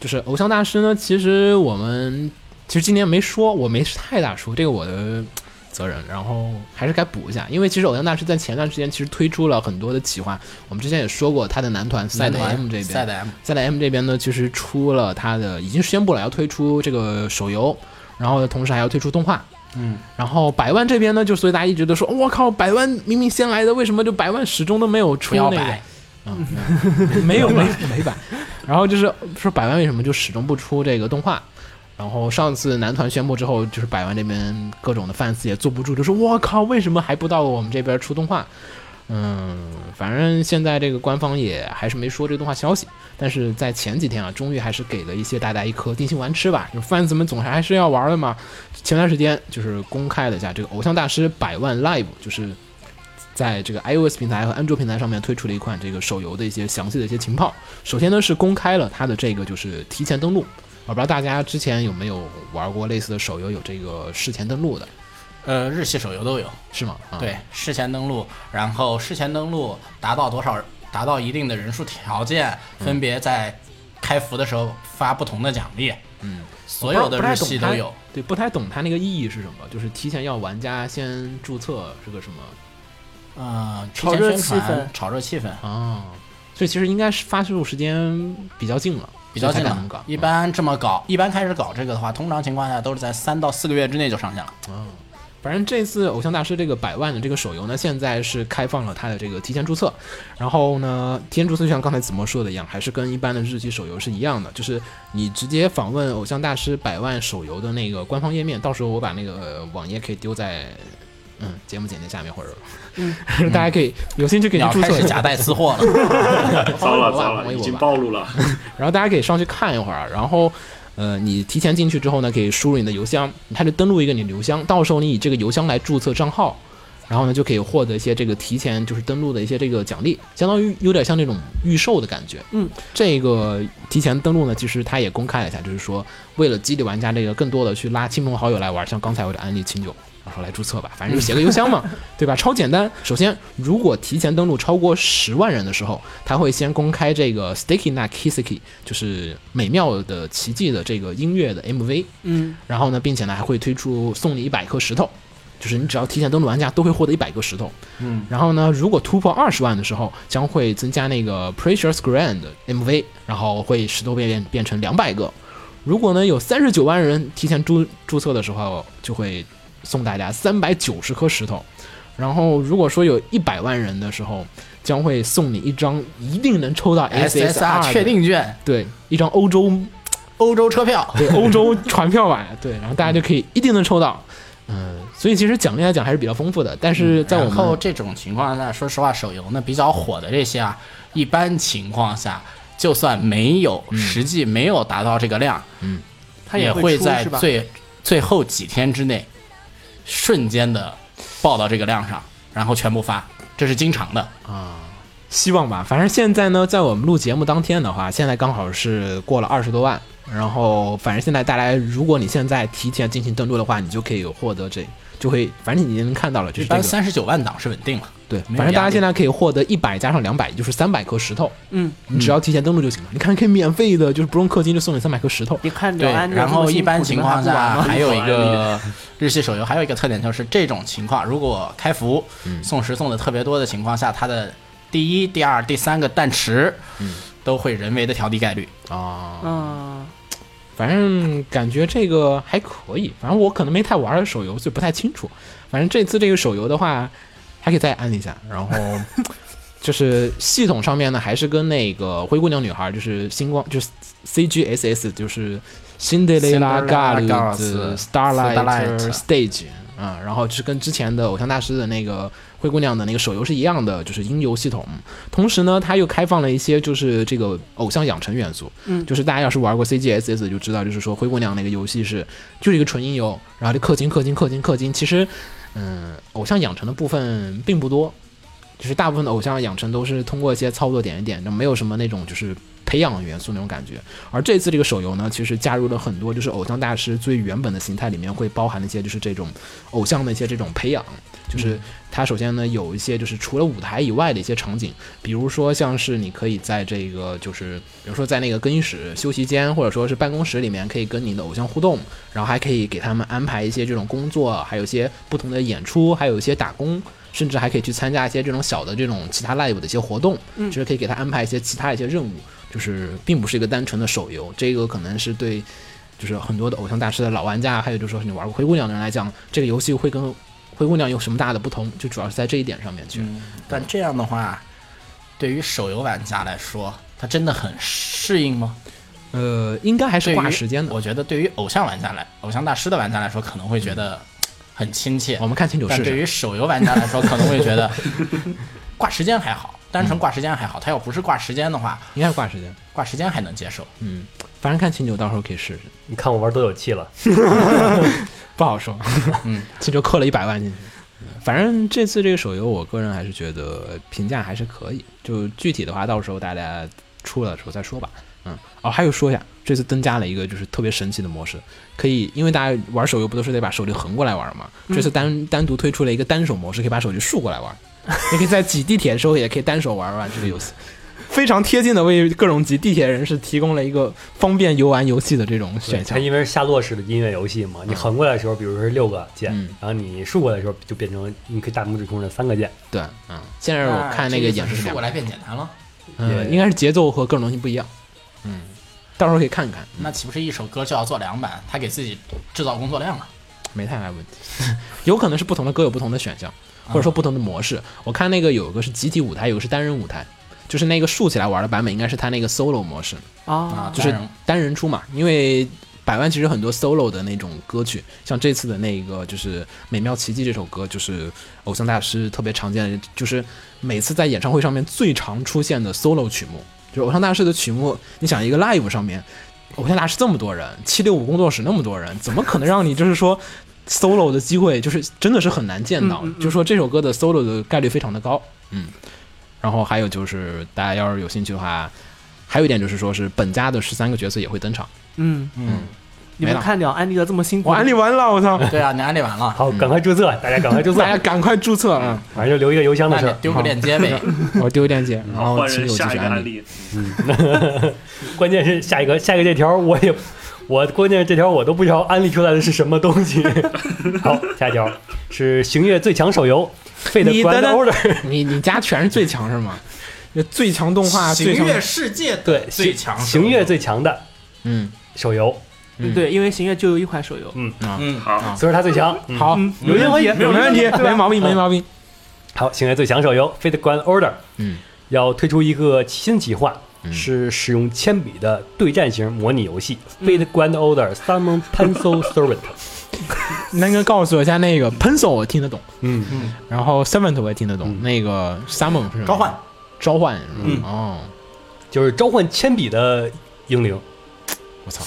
就是《偶像大师》呢，其实我们其实今年没说，我没太大说，这个我的责任，然后还是该补一下，因为其实《偶像大师》在前段时间其实推出了很多的企划，我们之前也说过，他的男团嗯赛的 M 这边，赛的 M 在来 M 这边呢，其实出了它的已经宣布了要推出这个手游，然后呢，同时还要推出动画。嗯，然后百万这边呢，就所以大家一直都说，我靠，百万明明先来的，为什么就百万始终都没有出不要那个？摆，嗯，没有没有没版。然后就是说百万为什么就始终不出这个动画？然后上次男团宣布之后，就是百万这边各种的 fans 也坐不住，就说我靠，为什么还不到我们这边出动画？嗯，反正现在这个官方也还是没说这个动画消息，但是在前几天啊，终于还是给了一些大家一颗定心丸吃吧，就是 fans 们总还是要玩的嘛。前段时间就是公开了一下这个《偶像大师百万 Live》，就是在这个 iOS 平台和安卓平台上面推出了一款这个手游的一些详细的一些情报。首先呢是公开了它的这个就是提前登录，我不知道大家之前有没有玩过类似的手游有这个事前登录的，呃，日系手游都有。是吗？啊、对，，事前登录，然后事前登录达到多少，达到一定的人数条件，分别在开服的时候发不同的奖励。嗯，所有的不太日懂系它都有。对，不太懂它那个意义是什么，就是提前要玩家先注册是个什么嗯，提炒前热宣气传氛炒热气氛啊？所以其实应该是发售时间比较近了，比较所以近才敢这么搞了。。一般这么搞，一般开始搞这个的话，通常情况下都是在三到四个月之内就上线了。反正这次《偶像大师》这个百万的这个手游呢，现在是开放了它的这个提前注册，然后呢，提前注册就像刚才子墨说的一样，还是跟一般的日系手游是一样的，就是你直接访问《偶像大师》百万手游的那个官方页面，到时候我把那个呃网页可以丢在嗯节目简介下面，或者、大家可以有兴趣可以去要注开册始一夹下。带私货 了。糟了糟网了，友已吧经暴露了。然后大家可以上去看一会儿，然后。呃，你提前进去之后呢，可以输入你的邮箱，它就登录一个你的邮箱，到时候你以这个邮箱来注册账号，然后呢就可以获得一些这个提前就是登录的一些这个奖励，相当于有点像那种预售的感觉。嗯，这个提前登录呢，其实它也公开了一下，就是说为了激励玩家这个更多的去拉亲朋好友来玩，像刚才我的安利清酒。然后来注册吧，反正就写个邮箱嘛，对吧？超简单。首先，如果提前登录超过十万人的时候，他会先公开这个 Sticky Na Kiseki，就是美妙的奇迹的这个音乐的 MV。嗯，然后呢，并且呢还会推出送你一百颗石头，就是你只要提前登录玩家都会获得一百个石头。嗯，然后呢，如果突破二十万的时候，将会增加那个 Precious Grand MV，然后会石头变变变成两百个。如果呢有三十九万人提前注注册的时候，就会送大家三百九十颗石头。然后如果说有一百万人的时候，将会送你一张一定能抽到 SSR 的确定券、对一张 欧洲欧洲车票，对，欧洲船票吧，对，然后大家就可以一定能抽到。嗯，所以其实奖励来讲还是比较丰富的，但是在我嗯然后们这种情况下，说实话，手游呢比较火的这些啊，一般情况下，就算没有、实际没有达到这个量，他也会出在是吧？最最后几天之内，瞬间的报到这个量上，然后全部发，这是经常的。希望吧，反正现在呢，在我们录节目当天的话，现在刚好是过了二十多万，然后反正现在带来，如果你现在提前进行登录的话，你就可以获得这，就会反正你能看到了，就一是这般个三十九万档是稳定了。对，没有反正大压家力现在可以获得一百加上两百，也就是三百颗石头，嗯，你只要提前登录就行了。你看可以免费的，就是不用氪金就送你三百颗石头。你看着对，安，然后一般情况下还有一不玩个日系手游还有一个特点就是这种情况，如果开服送时送的特别多的情况下，它的第一、第二、第三个弹池都会人为的调低概率。哦啊、嗯，反正感觉这个还可以，反正我可能没太玩儿手游，所以不太清楚。反正这次这个手游的话，还可以再安利一下。然后就是系统上面呢，还是跟那个《灰姑娘女孩》就是星光就是 CGSS 就是辛德雷拉 Cinderella Girls Girls Starlight Starlight Stage 啊、然后是跟之前的偶像大师的那个灰姑娘的那个手游是一样的，就是音游系统。同时呢，它又开放了一些就是这个偶像养成元素，嗯就是大家要是玩过 CGSS 就知道，就是说灰姑娘那个游戏是就是一个纯音游，然后就氪金氪金氪金氪金，其实嗯，偶像养成的部分并不多，就是大部分的偶像养成都是通过一些操作点一点，就没有什么那种就是培养元素那种感觉。而这次这个手游呢，其实加入了很多就是偶像大师最原本的形态里面会包含了一些就是这种偶像的一些这种培养，就是它首先呢有一些就是除了舞台以外的一些场景，比如说像是你可以在这个就是比如说在那个更衣室、休息间或者说是办公室里面可以跟你的偶像互动，然后还可以给他们安排一些这种工作，还有一些不同的演出，还有一些打工。甚至还可以去参加一些这种小的这种其他 live 的一些活动，嗯就是可以给他安排一些其他一些任务，就是并不是一个单纯的手游，这个可能是对就是很多的偶像大师的老玩家，还有就是说你玩过灰姑娘的人来讲，这个游戏会跟灰姑娘有什么大的不同，就主要是在这一点上面去。但这样的话，对于手游玩家来说，它真的很适应吗？呃，应该还是对于挂时间的。我觉得对于偶像玩家来，偶像大师的玩家来说，可能会觉得很亲切。我们看清楚但是对谁。于手游玩家来说，可能会觉得挂时间还好，单纯挂时间还好。他要不是挂时间的话，应该是挂时间。挂时间还能接受。嗯，反正看清楚，到时候可以试试。你看我玩多有气了，不好 说。嗯，这就氪了一百万进去。反正这次这个手游，我个人还是觉得评价还是可以。就具体的话，到时候大家出了的时候再说吧。嗯，哦，还有说一下，这次增加了一个就是特别神奇的模式，可以，因为大家玩手游不都是得把手机横过来玩嘛？这次单单独推出了一个单手模式，可以把手机竖过来玩。 你可以在挤地铁的时候，也可以单手玩玩这个游戏，非常贴近的为各种挤地铁人士提供了一个方便游玩游戏的这种选项它。因为是下落式的音乐游戏嘛，你横过来的时候，比如说是六个键，嗯然后你竖过来的时候就变成你可以大拇指控制三个键。对，嗯，现在我看那个演示是是两过来变简单了，嗯，也应该是节奏和各种东西不一样。嗯，到时候可以看看，那岂不是一首歌就要做两版？他给自己制造工作量了。没太大问题。 有可能是不同的歌有不同的选项，或啊者说嗯不同的模式。我看那个有个是集体舞台，有个是单人舞台，就是那个竖起来玩的版本应该是它那个 solo 模式，啊，就是单人单人出嘛。因为百万其实很多 solo 的那种歌曲，像这次的那个就是《美妙奇迹》这首歌，就是偶像大师特别常见的，就是每次在演唱会上面最常出现的 solo 曲目，就是偶像大师的曲目。你想一个 live 上面，偶像大师这么多人，七六五工作室那么多人，怎么可能让你就是说 solo 的机会，就是真的是很难见到。嗯嗯嗯就是说这首歌的 solo 的概率非常的高，嗯。然后还有就是大家要是有兴趣的话，还有一点就是说是本家的十三个角色也会登场。嗯，嗯，你没了们看了安利的这么辛苦，完了，我操！对啊，你安利完了，好，赶快注册，大家赶快注册 大，家赶快注册啊！反正就留一个邮箱那的事你儿。丢个链接呗。 我丢链接，然后换请人友继下续一个安案利。例，关键是下一个，下一个这条我也， 我关键是这条我都不知道安利出来的是什么东 西。好，下一条是行月最强手游《Fate 你 Grand 的 Order》。你你家全是最强是吗？那最强动 画，行最强月世界对，最行强行月最强的嗯，手游，嗯对，因为行月就有一款手游，嗯，好，所以说它最强。嗯好，嗯哦有问题，没问题，没毛病，没毛病。好，行月最强手游《Fate Grand Order》，嗯，要推出一个新企划，嗯是使用铅笔的对战型模拟游戏《嗯 Fate Grand Order Summon Pencil Servant》。南哥告诉我一下，那个 pencil 我听得懂，嗯，然后 servant 我也听得懂，那个 summon 是什么召唤，召唤是吗？嗯哦，就是召唤铅笔的英灵，我操！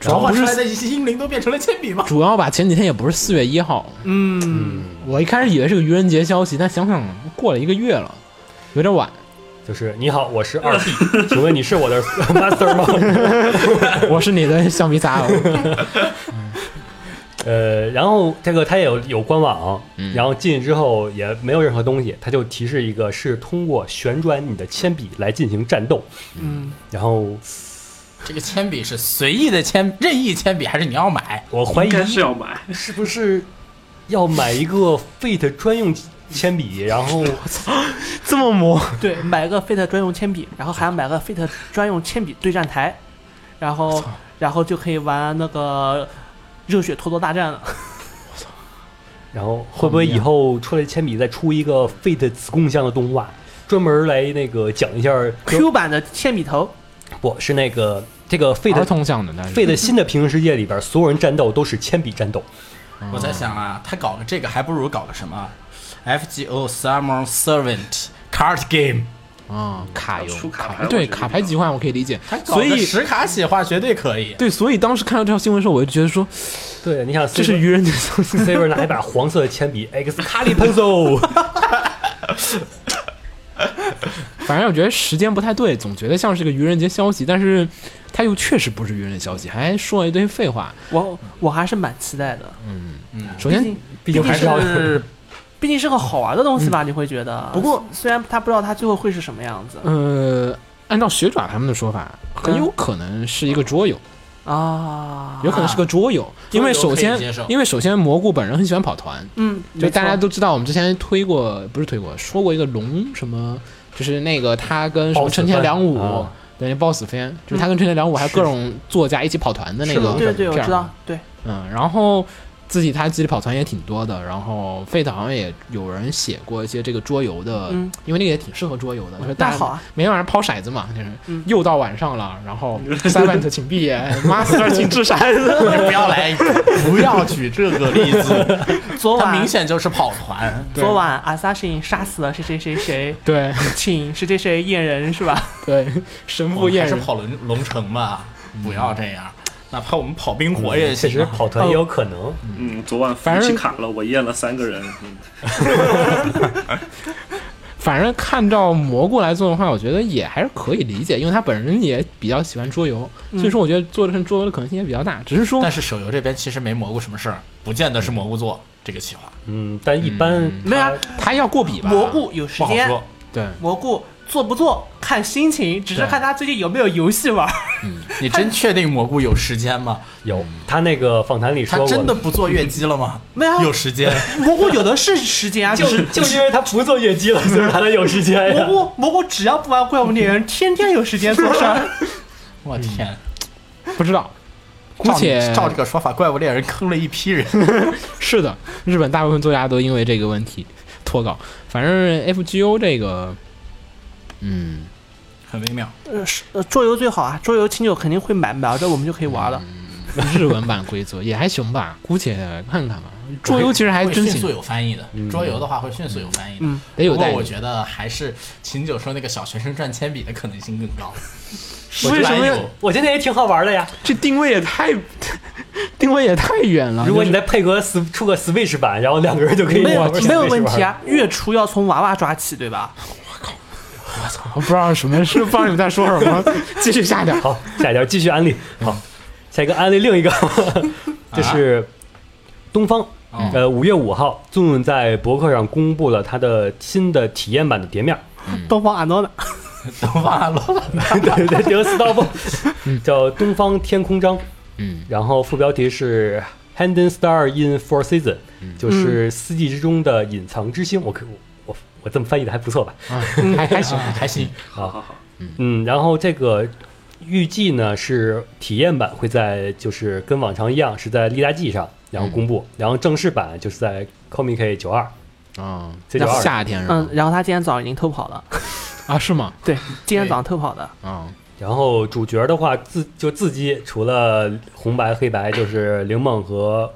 主召要不唤出来是的英灵都变成了铅笔吗？主要吧，前几天也不是四月一号，嗯，我一开始以为是个愚人节消息，但想想过了一个月了，有点晚。就是你好，我是二 B，请问你是我的 master 吗？ 我是你的橡皮 擦，呃，然后这个它也有有官网嗯，然后进去之后也没有任何东西，它就提示一个是通过旋转你的铅笔来进行战斗，嗯，然后这个铅笔是随意的铅，任意铅笔还是你要买？我怀应疑该是要买。是不是要买一个 Fate 专用铅 笔，然后这么磨，对，买个 Fate 专用铅笔，然后还要买个 Fate 专用铅笔对战台，然后然后就可以玩那个热血陀螺大战了。然后会不会以后出来铅笔再出一个 Fate 子贡像的动画，专门来那个讲一下 Q 版的铅笔头，嗯不是那个这个儿 Fate 童向的，但是 Fate 新的平行世界里边，所有人战斗都是铅笔战斗，哦我在想啊，他搞个这个还不如搞个什么，FGO Summon Servant Card Game，啊，卡游出卡牌我对觉得卡牌集换我可以理解他，所搞个以十卡洗化绝对可以。对，所以当时看到这条新闻的时候，我就觉得说 对，你想这是愚人节消息， Saber 拿一把黄色的铅笔 X 卡里 pencil，反正我觉得时间不太对，总觉得像是个愚人节消息，但是它又确实不是愚人节消息，还说了一堆废话。我我还是蛮期待的，嗯首先毕毕竟竟还是要 是毕竟是个好玩的东西吧，你会觉得。嗯不过虽然他不知道他最后会是什么样子呃，按照学爪他们的说法，很嗯有可能是一个桌游，啊，有可能是个桌游，因为首可先以接受因为首先蘑菇本人很喜欢跑团，嗯，就没错大家都知道，我们之前推过不是推过，说过一个龙什么，就是那个他跟什么 Boss 陈田良武番啊对那 BOSS 番，就是他跟陈田良武还有各种作家一起跑团的那是个的嗯对对对，我片儿知道，对，嗯，然后自己他自己跑团也挺多的，然后 Fate 好像也有人写过一些这个桌游的，嗯因为那个也挺适合桌游的，就是大那家好啊，每天晚上抛骰子嘛，就是嗯又到晚上了，然 后 Servant 请闭眼，Master 请掷 骰子，你不 要来，不要举这个例子，昨他晚明显就是跑团。对昨晚 assassin 杀死了谁谁谁谁，对请谁谁谁验人是吧？对，神哦我父们验还是人，跑龙龙城吧，不要这样，哪怕我们跑冰火也确行实啊。跑团也有可能。嗯，昨晚服反正气卡了，我验了三个人。嗯反正看照蘑菇来做的话，我觉得也还是可以理解，因为他本人也比较喜欢桌游，嗯所以说我觉得做成桌游的可能性也比较大，只是说但是手游这边其实没蘑菇什么事儿，不见得是蘑菇做这个企划，嗯，但一般嗯它没有啊他要过笔吧，蘑菇有时不好间，说。对，蘑菇做不做看心情，只是对看他最近有没有游戏玩。你真确定蘑菇有时 间吗？有他那个访谈里说他过，真的不做月姬了吗？没有啊有 时间。蘑菇有的是时间啊，只就是是就是 因为他不做月姬了，所以他才有时间蘑呀。菇蘑菇只要不玩怪物猎人，天天有时间做事儿。我天！不知道，嗯姑照你且照这个说法，怪物猎人坑了一批人。是的，日本大部分作家都因为这个问题脱稿。反正 FGO 这个，嗯，很微妙，呃，是呃桌游最好啊，桌游清酒肯定会买，买了之后我们就可以玩了。日文版规则 也还行吧，姑且看看吧。桌游其实还会哎真迅速行，有翻译的。桌游的话会迅速有翻译的。嗯得有不过待我觉得还是秦九说那个小学生赚铅笔的可能性更 高。我为觉什得么有要我觉得也挺好玩的呀。这定位也太 定位也太远了？如果啊就你是再配合 s 出个 Switch 版，然后两个人就可以没有玩 Switch 没有问题玩。啊，月初要从娃娃抓起，对吧？我不知道什么 是不知道你们在说什么，继续下点儿。好，下一条继续安利。好，下一个安利另一个，这是东方。哦呃，五月五号，纵纵在博客上公布了它的新的体验版的碟面儿， 东方阿诺呢？都忘了，对对对，Stop，叫 《东方天空章》。嗯，然后副标题是 Hidden Star in Four Season，、就是四季之中的隐藏之星。我可我我这么翻译的还不错吧？啊，还 还行，还行。好好好，嗯，然后这个预计呢是体验版会在就是跟往常一样是在利达季上然后公布，然后正式版就是在 Comic 九二。啊，这就二夏天是嗯吗，？然后他今天早上已经偷跑了，啊，是吗？对，今天早上偷跑的。啊，然后主角的话自就自己除了红白黑白就是灵梦和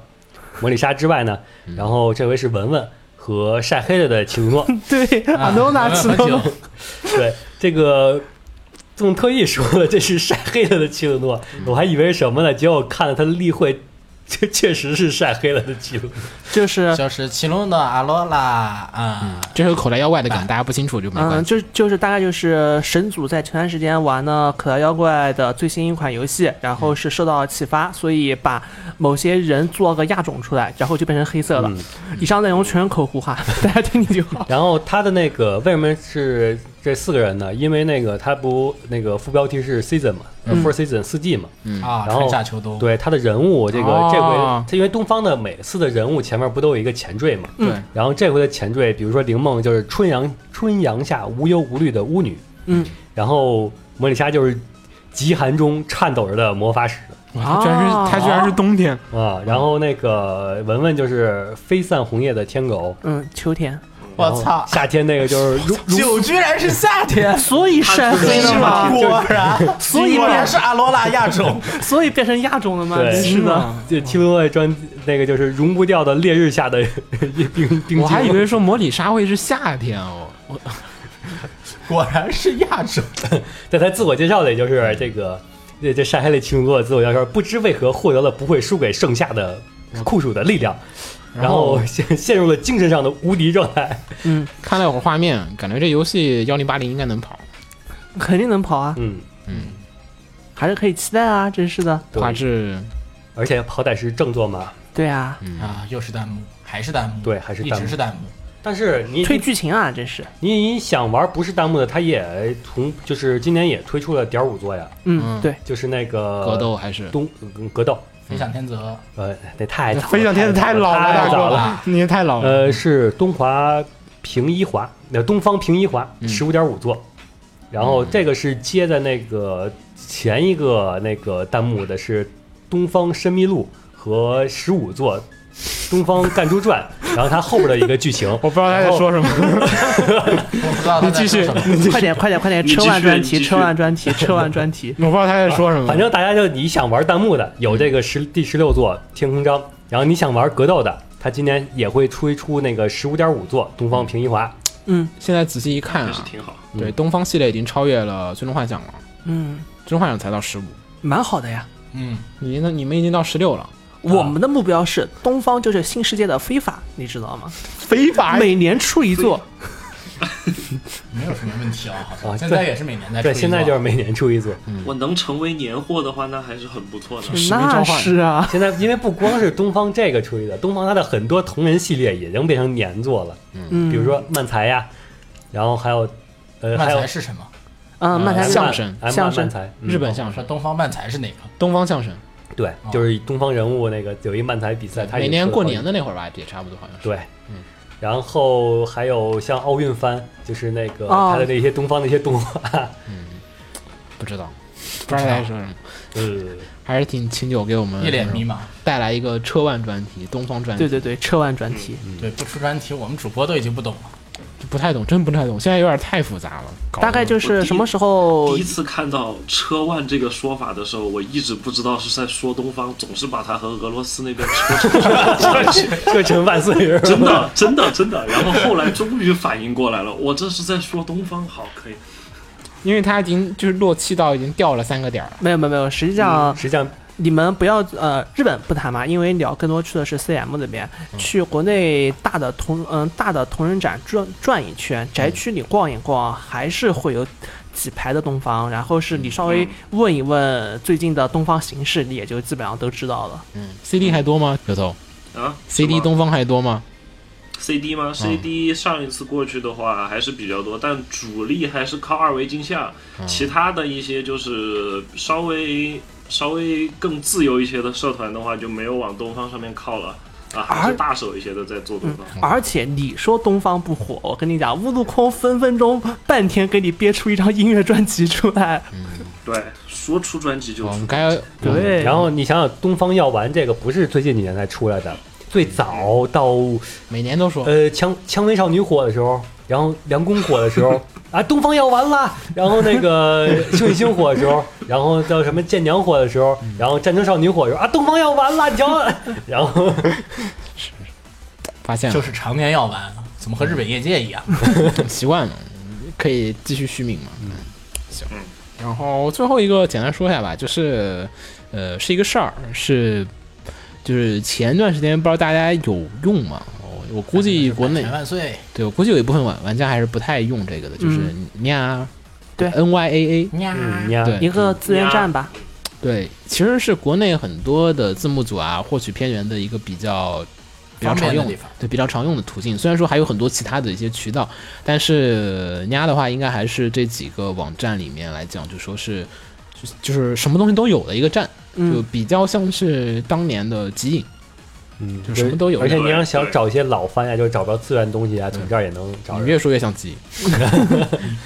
魔力沙之外呢，然后这回是文文和晒黑了的情况。 对，啊阿诺娜吃很久 了，对，这个仲特意说的，这是晒黑了的奇鲁诺，我还以为是什么呢？结果看了他的例会，确确实是晒黑了的奇鲁诺。就是就是奇隆的阿罗拉啊，这是口袋妖怪的梗，大家不清楚就没嗯，关系。就就是大概就是神组在前段时间玩了《可乐妖怪》的最新一款游戏，然嗯后是受到了启发，所以把某些人做个亚种出来，然后就变成黑色了。嗯以上内容全是口胡哈，大家听听就好。然后他的那个为什么是这四个人呢？因为那个他不那个副标题是 season 嘛、呃嗯 f o u r season 四季嘛。啊，然后春夏秋冬，对他的人物，这个、哦这回他因为东方的每次的人物前面不都有一个前缀嘛？对，然后这回的前缀，比如说灵梦就是春阳春阳下无忧无虑的巫女，嗯，然后魔里莎就是极寒中颤抖着的魔法使哇，居然哦是它居然是冬天，啊，然后那个文文就是飞散红叶的天狗，嗯，秋天，我操，夏天那个就是如 酒居然是夏 啊天，所以晒黑了吗？吗？ 果然，所以果变然是阿罗拉 亚种，所以变成亚种了吗？对是的，就七文外专那个就是融不掉的烈日下的 一冰冰晶，我还以为说魔里沙会是夏天哦。我果然是亚种。在他自我介绍里就是这个这这晒黑了七文的自我介绍，不知为何获得了不会输给盛夏的酷暑的力量，然后陷陷入了精神上的无敌状态。看了一会儿画面，感觉这游戏幺零八零应该能跑， 肯定能跑啊，嗯，还是可以期待啊，真是的。对画质而且好歹是正作嘛，对啊，嗯啊，又是弹幕，还是弹幕，对还是一弹幕直是弹幕。但是你推剧情啊，真是。你你想玩不是弹幕的，他也从就是今年也推出了点儿五座呀，嗯，嗯对，就是那个格斗还是东嗯格斗，飞向天 泽，呃，那太早了飞向天子太老了，太大早了。哥，你也太哦老了。呃，是东华平一华，那东方平一华嗯十五点五座，然后这个是接的那个前一个那个弹幕的是东方深密录和十五座。东方干猪传， 然后它后边的一个剧情，嗯我不知道他在说什么，我不知道他你在继说续，什么。你继续快点快点快点，你继续啊车万专你题，继续车万专题，车万专题。我不知道他在说什么。反正大家就你想玩弹幕的有这个十第十六座天空章，然后你想玩格斗的，他今年也会推出那个十五点五座东方平一华。嗯现在仔细一看就是啊，挺好。对东方系列已经超越了《最终幻想》了，嗯， 《最终幻想》才到十五，蛮好的呀。啊嗯，已经你们已经到十六了，我们的目标是东方，就是新世界的非法，你知道吗？非法每年出一座，没有什么问题啊，好啊像现在也是每年在对，出一现在座就是每年出一座。我能成为年货的话，那还是很不错的。使命召那唤是啊，现在因为不光是东方这个出一座，东方它的很多同人系列也能变成年作了，嗯，比如说漫才呀，然后还有呃漫还有才是什么？嗯，漫才呃日相声 M 相声漫才嗯日本相我说声，东方漫才是哪个？东方相声，对，就是东方人物那个有一漫才比赛，他嗯每年过年嗯的的那会儿吧，也差不多好像是。对。然后还有像奥运番，就是那个哦他的那些东方那些动 画，不知道，不知道他在说什么，嗯，还是挺请九给我们一脸迷茫。带来一个车万专题，东方专题，对对对，车万专题，嗯对，不出专题，我们主播都已经不懂了。不太懂，真不太懂，现在有点太复杂了。搞得大概就我是第一什么时候第一？次看到“车万”这个说法的时候，我一直不知道是在说东方，总是把它和俄罗斯那边扯成车臣万岁 人，真的，真的，真的。然后后来终于反应过来了，我这是在说东方，好，可以。因为他已经就是落气到已经掉了三个点儿了。没有没有没有，实际嗯上实际上你们不要呃，日本不谈嘛，因为聊更多去的是 CM 那边，嗯去国内大的同嗯、大的同人展转转一嗯圈，宅区里逛一逛，还是会有几排的东方，然后是你稍嗯微问一问最近的东方形势，你也就基本上都知道了。 CD 还多吗？九头啊，CD 什么东方还多吗？ CD 吗？CD 上一次过去的话还是比较多，但主力还是靠二维镜像，其他的一些就是稍微稍微更自由一些的社团的话，就没有往东方上面靠了。啊，还是大手一些的在做东方。而且你说东方不火，我跟你讲，乌路空分分钟半天给你憋出一张音乐专辑出来。嗯对，说出专辑就我出们。哦该嗯对，然后你想想，东方药丸这个不是最近几年才出来的，最早到每年都说哦呃《蔷蔷薇少女》火的时候，然后梁公火的时候啊，东方要完啦，然后那个幸运星火的时候，然后叫什么舰娘火的时候，然后战争少女火的时候啊，东方要完啦，你瞧，然后发现了就是常年要玩，怎么和日本业界一样？ 习惯了，可以继续续命嘛。嗯，行。然后最后一个简单说一下吧，就是呃，是一个事儿，是就是前一段时间不知道大家有用吗？哦我我估计国内百万岁，对我估计有一部分玩玩家还是不太用这个的，就是呀，对，N Y A A，呀，嗯呀，对一个资源站吧，对，其实是国内很多的字幕组啊获取片源的一个比较比较方便常的用地方对比较常用的途径。虽然说还有很多其他的一些渠道，但是丫的话应该还是这几个网站里面来讲，就说是就是就是什么东西都有的一个站，就嗯，比较像是当年的极影，嗯，就什么都有而且你要想对找一些老番呀，就是找不着资源东西啊，从这儿也能找你着。越说越像鸡。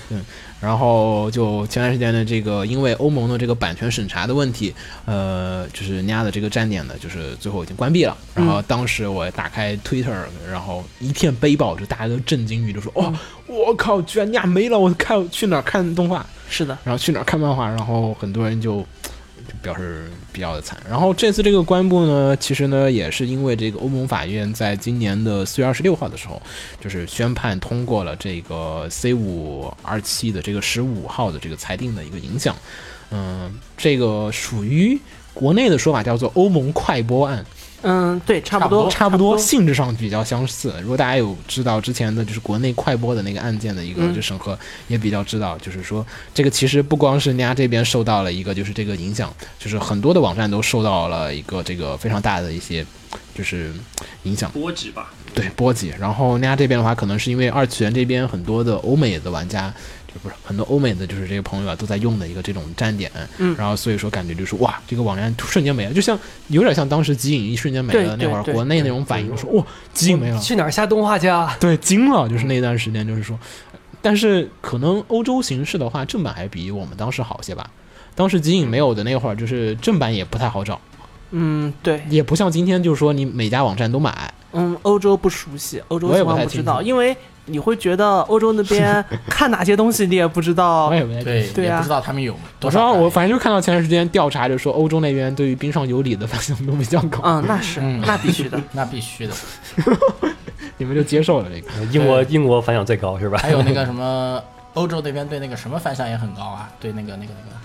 嗯，然后就前段时间的这个，因为欧盟的这个版权审查的问题，呃，就是人家的这个站点呢，就是最后已经关闭了。然后当时我打开 Twitter，然后一片悲报，就大家都震惊于就说：“哇、我靠，居然呀没了！我看去哪儿看动画？是的，然后去哪儿看漫画，然后很多人就就表示比较的惨。然后这次这个官布呢，其实呢也是因为这个欧盟法院在今年的四月二十六号的时候，就是宣判通过了这个 C 五二七的这个十五号的这个裁定的一个影响。嗯，这个属于国内的说法叫做欧盟快播案。嗯，对，差不多，差不多多，，性质上比较相似。如果大家有知道之前的就是国内快播的那个案件的一个嗯就审核，也比较知道，就是说这个其实不光是人家这边受到了一个就是这个影响，就是很多的网站都受到了一个这个非常大的一些就是影响。波及吧，对波及。然后人家这边的话，可能是因为二次元这边很多的欧美的玩家，就不是很多欧美的就是这个朋友啊，都在用的一个这种站点，嗯然后所以说感觉就是哇，这个网站瞬间没了，就像有点像当时极影一瞬间没了对那会儿，对对国内那种反应说哇，极影没了，去哪儿下动画去啊？对，惊了，就是那段时间就是说，但是可能欧洲形势的话，正版还比我们当时好些吧。当时极影没有的那会儿，就是正版也不太好找，嗯，对，也不像今天，就是说你每家网站都买，嗯，欧洲不熟悉，欧洲我也情不太况不清知楚道，因为你会觉得欧洲那 边看哪些东西你也不知道我，也不太对，对也啊不知道他们有我多说少代。我反正就看到前段时间调查，就说欧洲那边对于冰上有理的反响度比较高，嗯，那是嗯那必须的，那必须的。 你们就接受了这个。呃英国英国反响最高 是吧？还有那个什么， 欧洲那边对那个什么反响也很高啊，对那个那个那个，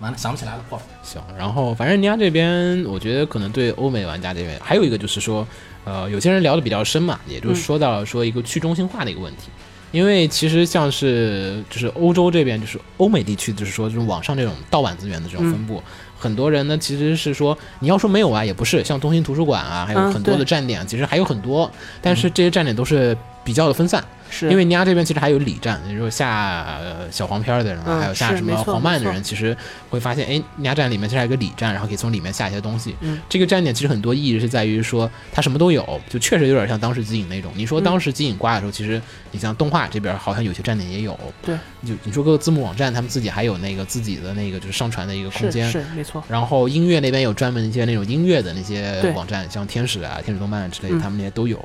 完了想不起来了，过分。行，然后反正人家这边，我觉得可能对欧美玩家这边还有一个就是说，呃，有些人聊的比较深嘛，也就嗯说到说一个去中心化的一个问题。因为其实像是就是欧洲这边，就是欧美地区，就是说这种网上这种盗版资源的这种嗯分布，很多人呢其实是说你要说没有啊，也不是，像中心图书馆啊，还有嗯很多的对嗯站点，其实还有很多，但是这些站点都是比较的分散。是因为尼亚这边其实还有里站，也就是下呃小黄片儿的人啊，嗯还有下是什没么错黄漫的没错人，其实会发现，哎，尼亚站里面其实还有个里站，然后可以从里面下一些东西。嗯这个站点其实很多意义是在于说它什么都有，就确实有点像当时极影那种。你说当时极影挂的时候，其实你像动画这边好像有些站点也有，对，就你说各个字幕网站他们自己还有那个自己的那个就是上传的一个空是间，是没错，然后音乐那边有专门一些那种音乐的那些对网站，像天使啊、天使动漫之类的，嗯他们那些都有。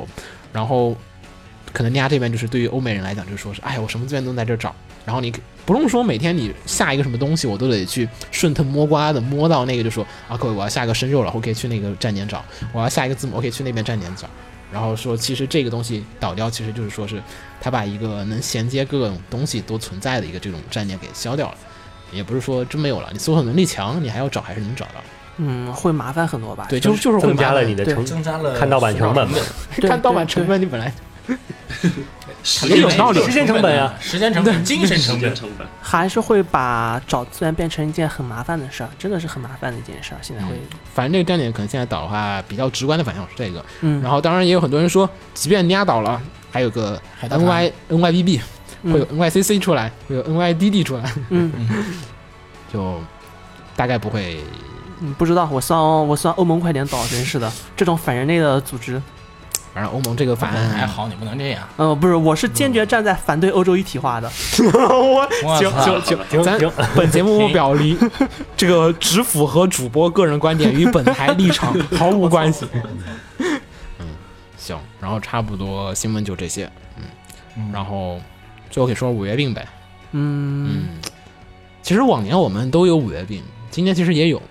然后可能人家这边就是对于欧美人来讲，就是说是哎呀，我什么资源都能在这儿找。然后你不用说每天你下一个什么东西，我都得去顺藤摸瓜的摸到那个，就说啊，各位，我要下一个生肉了，我可以去那个站点找；我要下一个字母，我可以去那边站点找。然后说，其实这个东西倒掉，其实就是说是它把一个能衔接各种东西都存在的一个这种站点给消掉了，也不是说真没有了。你搜索能力强，你还要找还是能找到。嗯，会麻烦很多吧，对，就就是会增加麻了烦你的对成增加了看盗版成本嘛，对 看盗版对成本，你本来时也有道理成时间本成本啊，时间成本、精神时成间 本，成本，还是会把找资源变成一件很麻烦的事儿，真的是很麻烦的一件事儿。现在会，反正这个站点可能现在倒的话，比较直观的反响是这个。嗯，然后当然也有很多人说，即便压倒了，还有个海盗 N 团 Y N Y B B，嗯会有 N Y C C 出来，会有 N Y D D 出来，嗯 就大概不会。嗯，不知道，我算我算欧盟快点倒，真是的，这种反人类的组织，反正欧盟这个法案还好，你不能这样。嗯、不是，我是坚决站在反对欧洲一体化的。我行操行，好了 行咱行， 本节目表离这个只符合主播个人观点，与本台立 场毫无关系。嗯，行，然后差不多新闻就这些。嗯，然后最后可以说五月病呗。嗯，嗯，其实往年我们都有五月病，今年其实也有，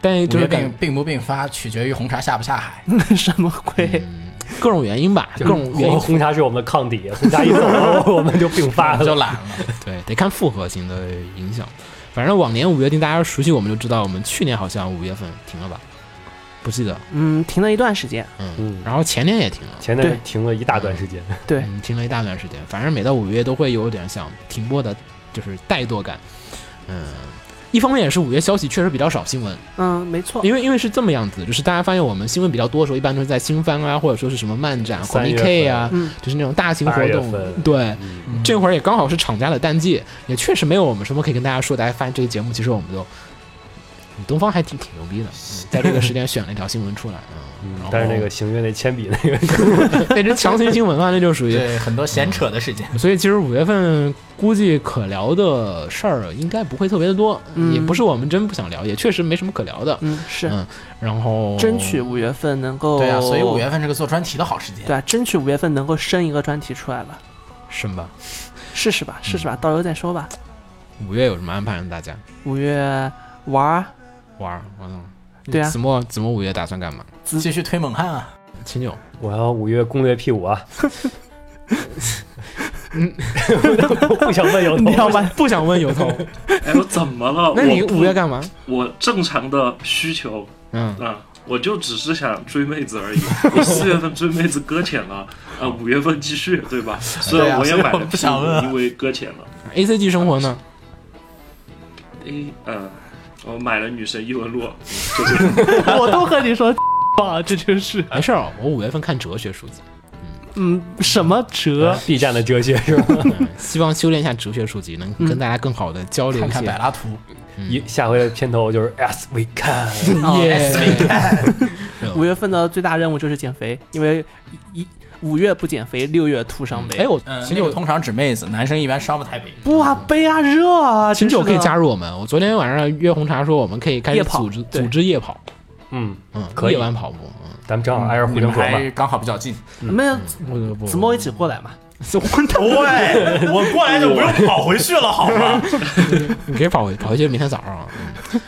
但五就是月感嗯病病不并发，取决于红茶下不下海。嗯 什么鬼？ 各种原因吧，各种原红因 红茶是我们的抗体，红茶一走了， 我们就并发就了。懒了，对，得看复合型的影响。反正往年五月定大家熟悉，我们就知道我们去年好像五月份停了吧，不记得，嗯，停了一段时间。嗯，嗯，然后前年也停了，前对段停了一大段时间，对嗯，停了一大段时间。反正每到五月都会有点想停播的，就是怠惰感。嗯，一方面也是五月消息确实比较少，新闻，嗯，没错。因为因为是这么样子，就是大家发现我们新闻比较多的时候，一般都是在新番啊，或者说是什么漫展、三 Comic 月 K 份啊，嗯就是那种大型活八月动份。对，嗯这会儿也刚好是厂家的淡季，也确实没有我们什么可以跟大家说。大家发现这个节目，其实我们都，嗯东方还挺挺牛逼的，嗯在这个时间选了一条新闻出来。嗯，然后但是那个行云那铅笔那个， 那是强行新闻啊，那就属于。对，很多闲扯的事情。所以其实五月份估计可聊的事儿应该不会特别的多，嗯也不是我们真不想聊，也确实没什么可聊的。嗯，是嗯然后争取五月份能够哦对啊，所以五月份是个做专题的好时间。对啊，争取五月份能够生一个专题出来吧，是吧？试试吧，试试吧，到时候再说吧。五月有什么安排呢？大家五月玩儿，啊玩儿，我操！对啊子墨子墨五月打算干嘛？继续推猛汉啊！秦九，我要五月攻略 P 五啊。嗯嗯， 不想问有头不想不想问有头？哎，我怎么了？ 那你我不五月干嘛？我正常的需求嗯，啊，我就只是想追妹子而已。 我四月份追妹子搁浅了，啊，五月份继续，对 吧？虽对啊然我也所以买我了不想问啊 P 因为搁浅了。 A C G 生活呢？诶，嗯，我买了女神异闻 录， 我都和你说 啊，这就是没事儿，我五月份看哲学书籍，嗯什么折， B 站的哲学是吧？希望修炼一下哲学书籍，能嗯跟大家更好的交流看一看些柏。拉图，一下回的片头就是 As we can。 耶，五月份的最大任务就是减肥，因为一五月不减肥，六月徒伤悲。哎，我嗯，秦那个九通常指妹子，男生一般伤不太平。不啊，悲啊，热啊，秦真九是可的以加入我们。我昨天晚上约红茶说我们可以开始夜跑组织对组织夜跑，嗯，嗯，可以夜晚跑步，咱们正好挨着护嗯你们城河嘛。还刚好比较近，我们嗯，不子墨一 起过来嘛。对，我过来就不用跑回去了，好吗？你可以跑回跑回去，明天早上。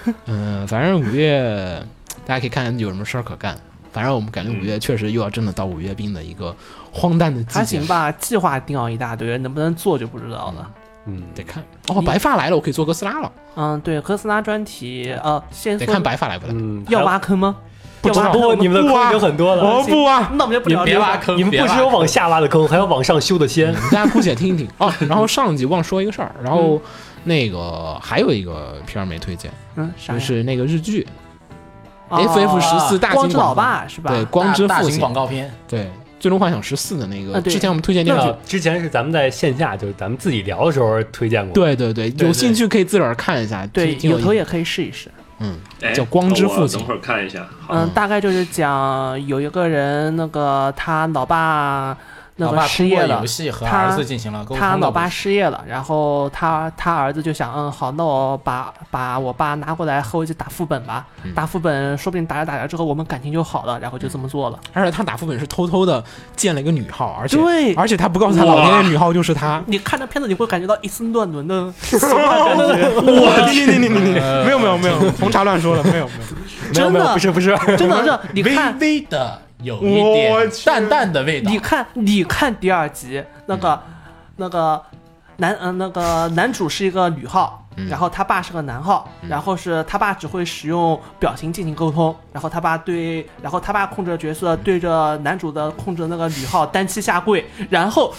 嗯，嗯反正五月大家可以看有什么事儿可干。反正我们感觉五月确实又要真的到五月病的一个荒诞的季节，还行，吧，计划定了一大堆，能不能做就不知道了。嗯，得看。哦，白发来了，我可以做哥斯拉了，嗯，对，哥斯拉专题，呃，先得说看白发来 不来。嗯，要挖坑吗？不知要挖坑道我们你们的不坑已挖经很多了，哦不啊挖，那我们就不你聊这别个挖坑，你们别不挖只有坑往下挖的坑，还有往上修的仙。大家姑且 听一听哦。然后上一集忘说一个事儿，然后那个还有一个片儿没推荐，嗯，啥就呀是那个日剧哦 FF 十四大光金之广告，老爸是吧？对，光之大大父型亲，广告片，对，最终幻想十四的那个，啊对之前我们推荐那那个个。之前是咱们在线下，就是咱们自己聊的时候推荐过。，对对对，对有兴趣可以自个儿看一下，对，挺挺有有头意思也可以试一试。嗯，哎，叫光之父我亲等会儿看一下。好，嗯，大概就是讲有一个人，那个他老爸那老个爸失通业过了游，戏和他儿子进行了沟通的部他分。老爸失业了，然后他他儿子就想，嗯，好，那我把把我爸拿过来和我一起打副本吧，打副本，说不定打着打着之后我们感情就好了，然后就这么做了。而且他打副本是偷偷的建了一个女号，而且对而且他不告诉他老爹，那女号就是他。嗯你看这片子，你会感觉到一丝乱伦 的爽快感觉， 我你你你你你，没有没有没有，红茶乱说了，没有没有。没有真没有，的呃不是不 是，真的是你微看微的有一点淡淡的味道你。看，你看第二集那个、那个男嗯、呃、那个男主是一个女号，然后他爸是个男号，然后是他爸只会使用表情进行沟通，然后他爸对，然后他爸控制的角色对着男主的控制的那个女号单膝下跪，然后。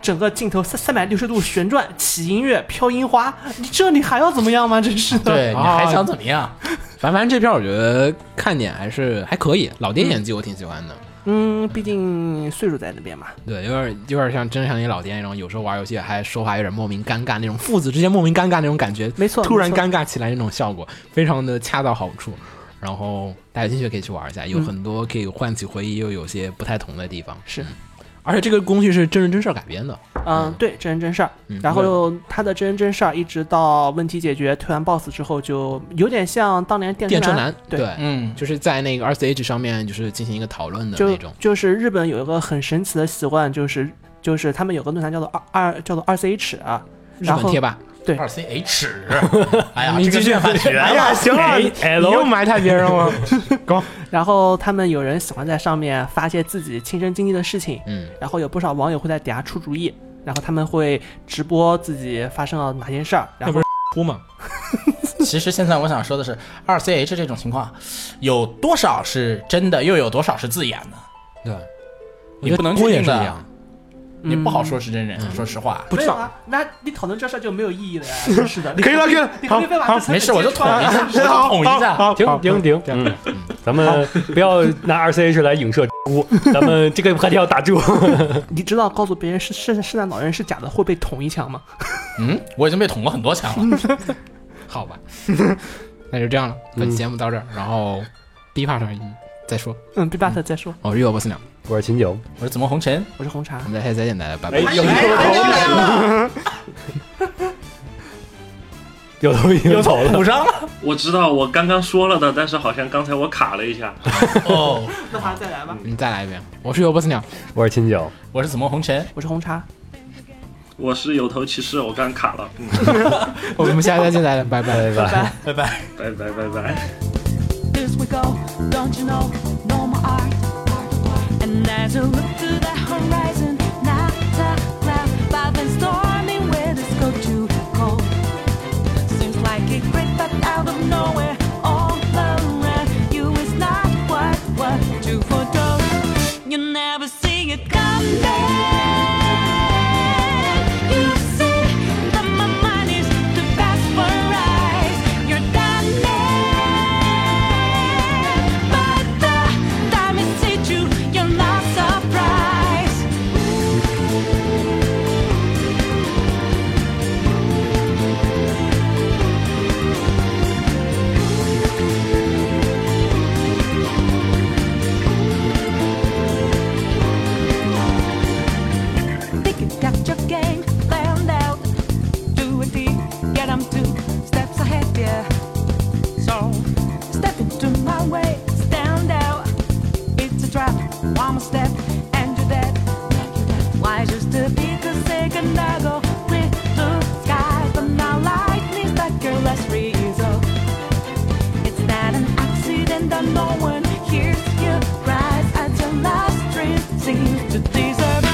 整个镜头三三百六十度旋转，起音乐，飘樱花，你这你还要怎么样吗？真是的。对，你啊还想怎么样？反正这片儿我觉得看点还是还可以，老爹演技我挺喜欢的。嗯，毕竟岁数在那边嘛。对，有点有点像真像你老爹那种，有时候玩游戏还说话有点莫名尴尬那种，父子之间莫名尴尬那种感觉，没错突然没错尴尬起来那种效果，非常的恰到好处。然后大家有兴趣可以去玩一下，有很多可以唤起回忆，又有些不太同的地方。嗯是嗯，而且这个工具是真人真事儿改编的。嗯，对，真人真事儿嗯。然后他的真人真事儿一直到问题解决、推完 BOSS 之后，就有点像当年电电车车男，对，嗯，就是在那个 R C H 上面就是进行一个讨论的就那种。就是日本有一个很神奇的习惯，就是就是他们有个论坛叫做二二叫做二 C 尺啊，日然本后贴吧，对二 C H，哎呀，你这个继续念法学啊哎呀，了，行了，你你又 L 埋汰别人了。然后他们有人喜欢在上面发些自己亲身经历的事情，嗯，然后有不少网友会在底下出主意，然后他们会直播自己发生了哪些事儿，那然后不是哭吗？其实现在我想说的是，二 C H 这种情况，有多少是真的，又有多少是自演的？对， 你不能我觉得多也确定是的一样。嗯你不好说是真人，说实话。不知道啊，那你讨论这事儿就没有意 义了呀，真是的，你可以了你可以了你好可以把好这成 本没事，我就揭捅穿一 下，我就捅一下。好停停停，嗯，咱们不要拿 R C H 来影射 猪，咱们这个话题要打住。你知道告诉别人是圣圣诞老人是假的会被捅一枪吗？嗯，我已经被捅过很多枪了。好吧， 那就这样了，本期节目到这儿，然后 B part 再说。嗯，B 巴特再说，我是月波斯鸟，我是秦九，我是怎么红 尘？我是红茶我。们下期再见，大家拜拜哎。有 有头已经走了，补上了。我知道我刚刚说了的，但是好像刚才我卡了一下。哦，那还再来吧。你再来一遍，我是月波斯鸟，我是秦九，我是怎么红尘？我是红茶，我是有头骑士，我刚卡了。嗯，我们下期再见，大家拜拜。拜拜。拜拜。拜拜拜拜。 As we go, don't you know, no more art. And as you look to the horizon, not a cloud, but when stormy weather's go too cold. Seems like it crept up out of nowhere, all around you is not what what you foretold. You never see it come back. You see that my mind is the best for eyes. You're done but the time is hit you, you're not surprised. Think you got your game planned out. Do a D, get 'em two steps ahead, yeah. So step into my way, stand out. It's a trap, one more step, and you're dead. Why just a big second ago? Little sky, but now lightning struck your last resort. It's not an accident that no one hears you rise at your last dream seems to deserve.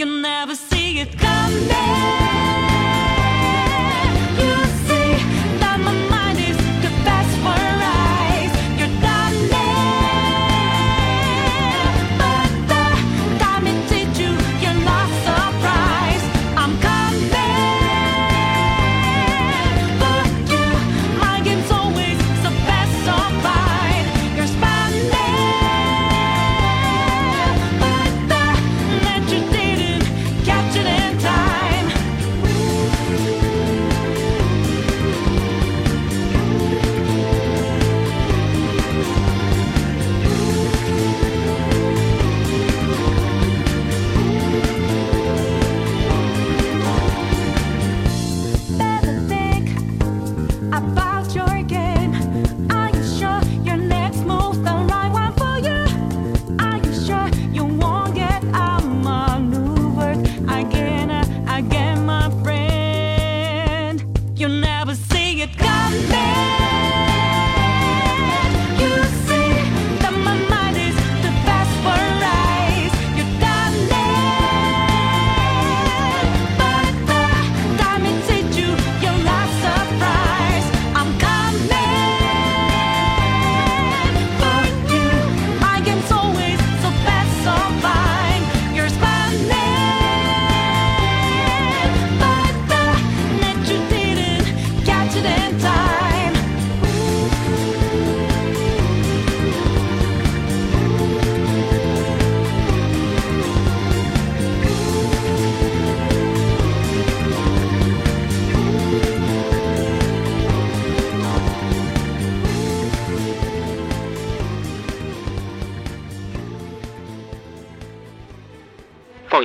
You never see it come back. You see that my mind is the best for eyes. You're done but the time it did you, you're not surprised. I'm coming. My game's always the best of mine. You're spending, but the net you didn't catch it in time. Better think about your game. Are you sure your next move's the right one for you? Are you sure you won't get outmaneuvered again and again, my friend? You never see it coming. You see that my mind is the best for eyes. You're but the time it hit you, you're not surprised. I'm coming for you. My game's always so best, so fine. You're spending, but the net you didn't catch it in time. 《放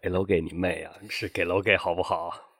哎给楼给你妹啊！是给楼给好不好？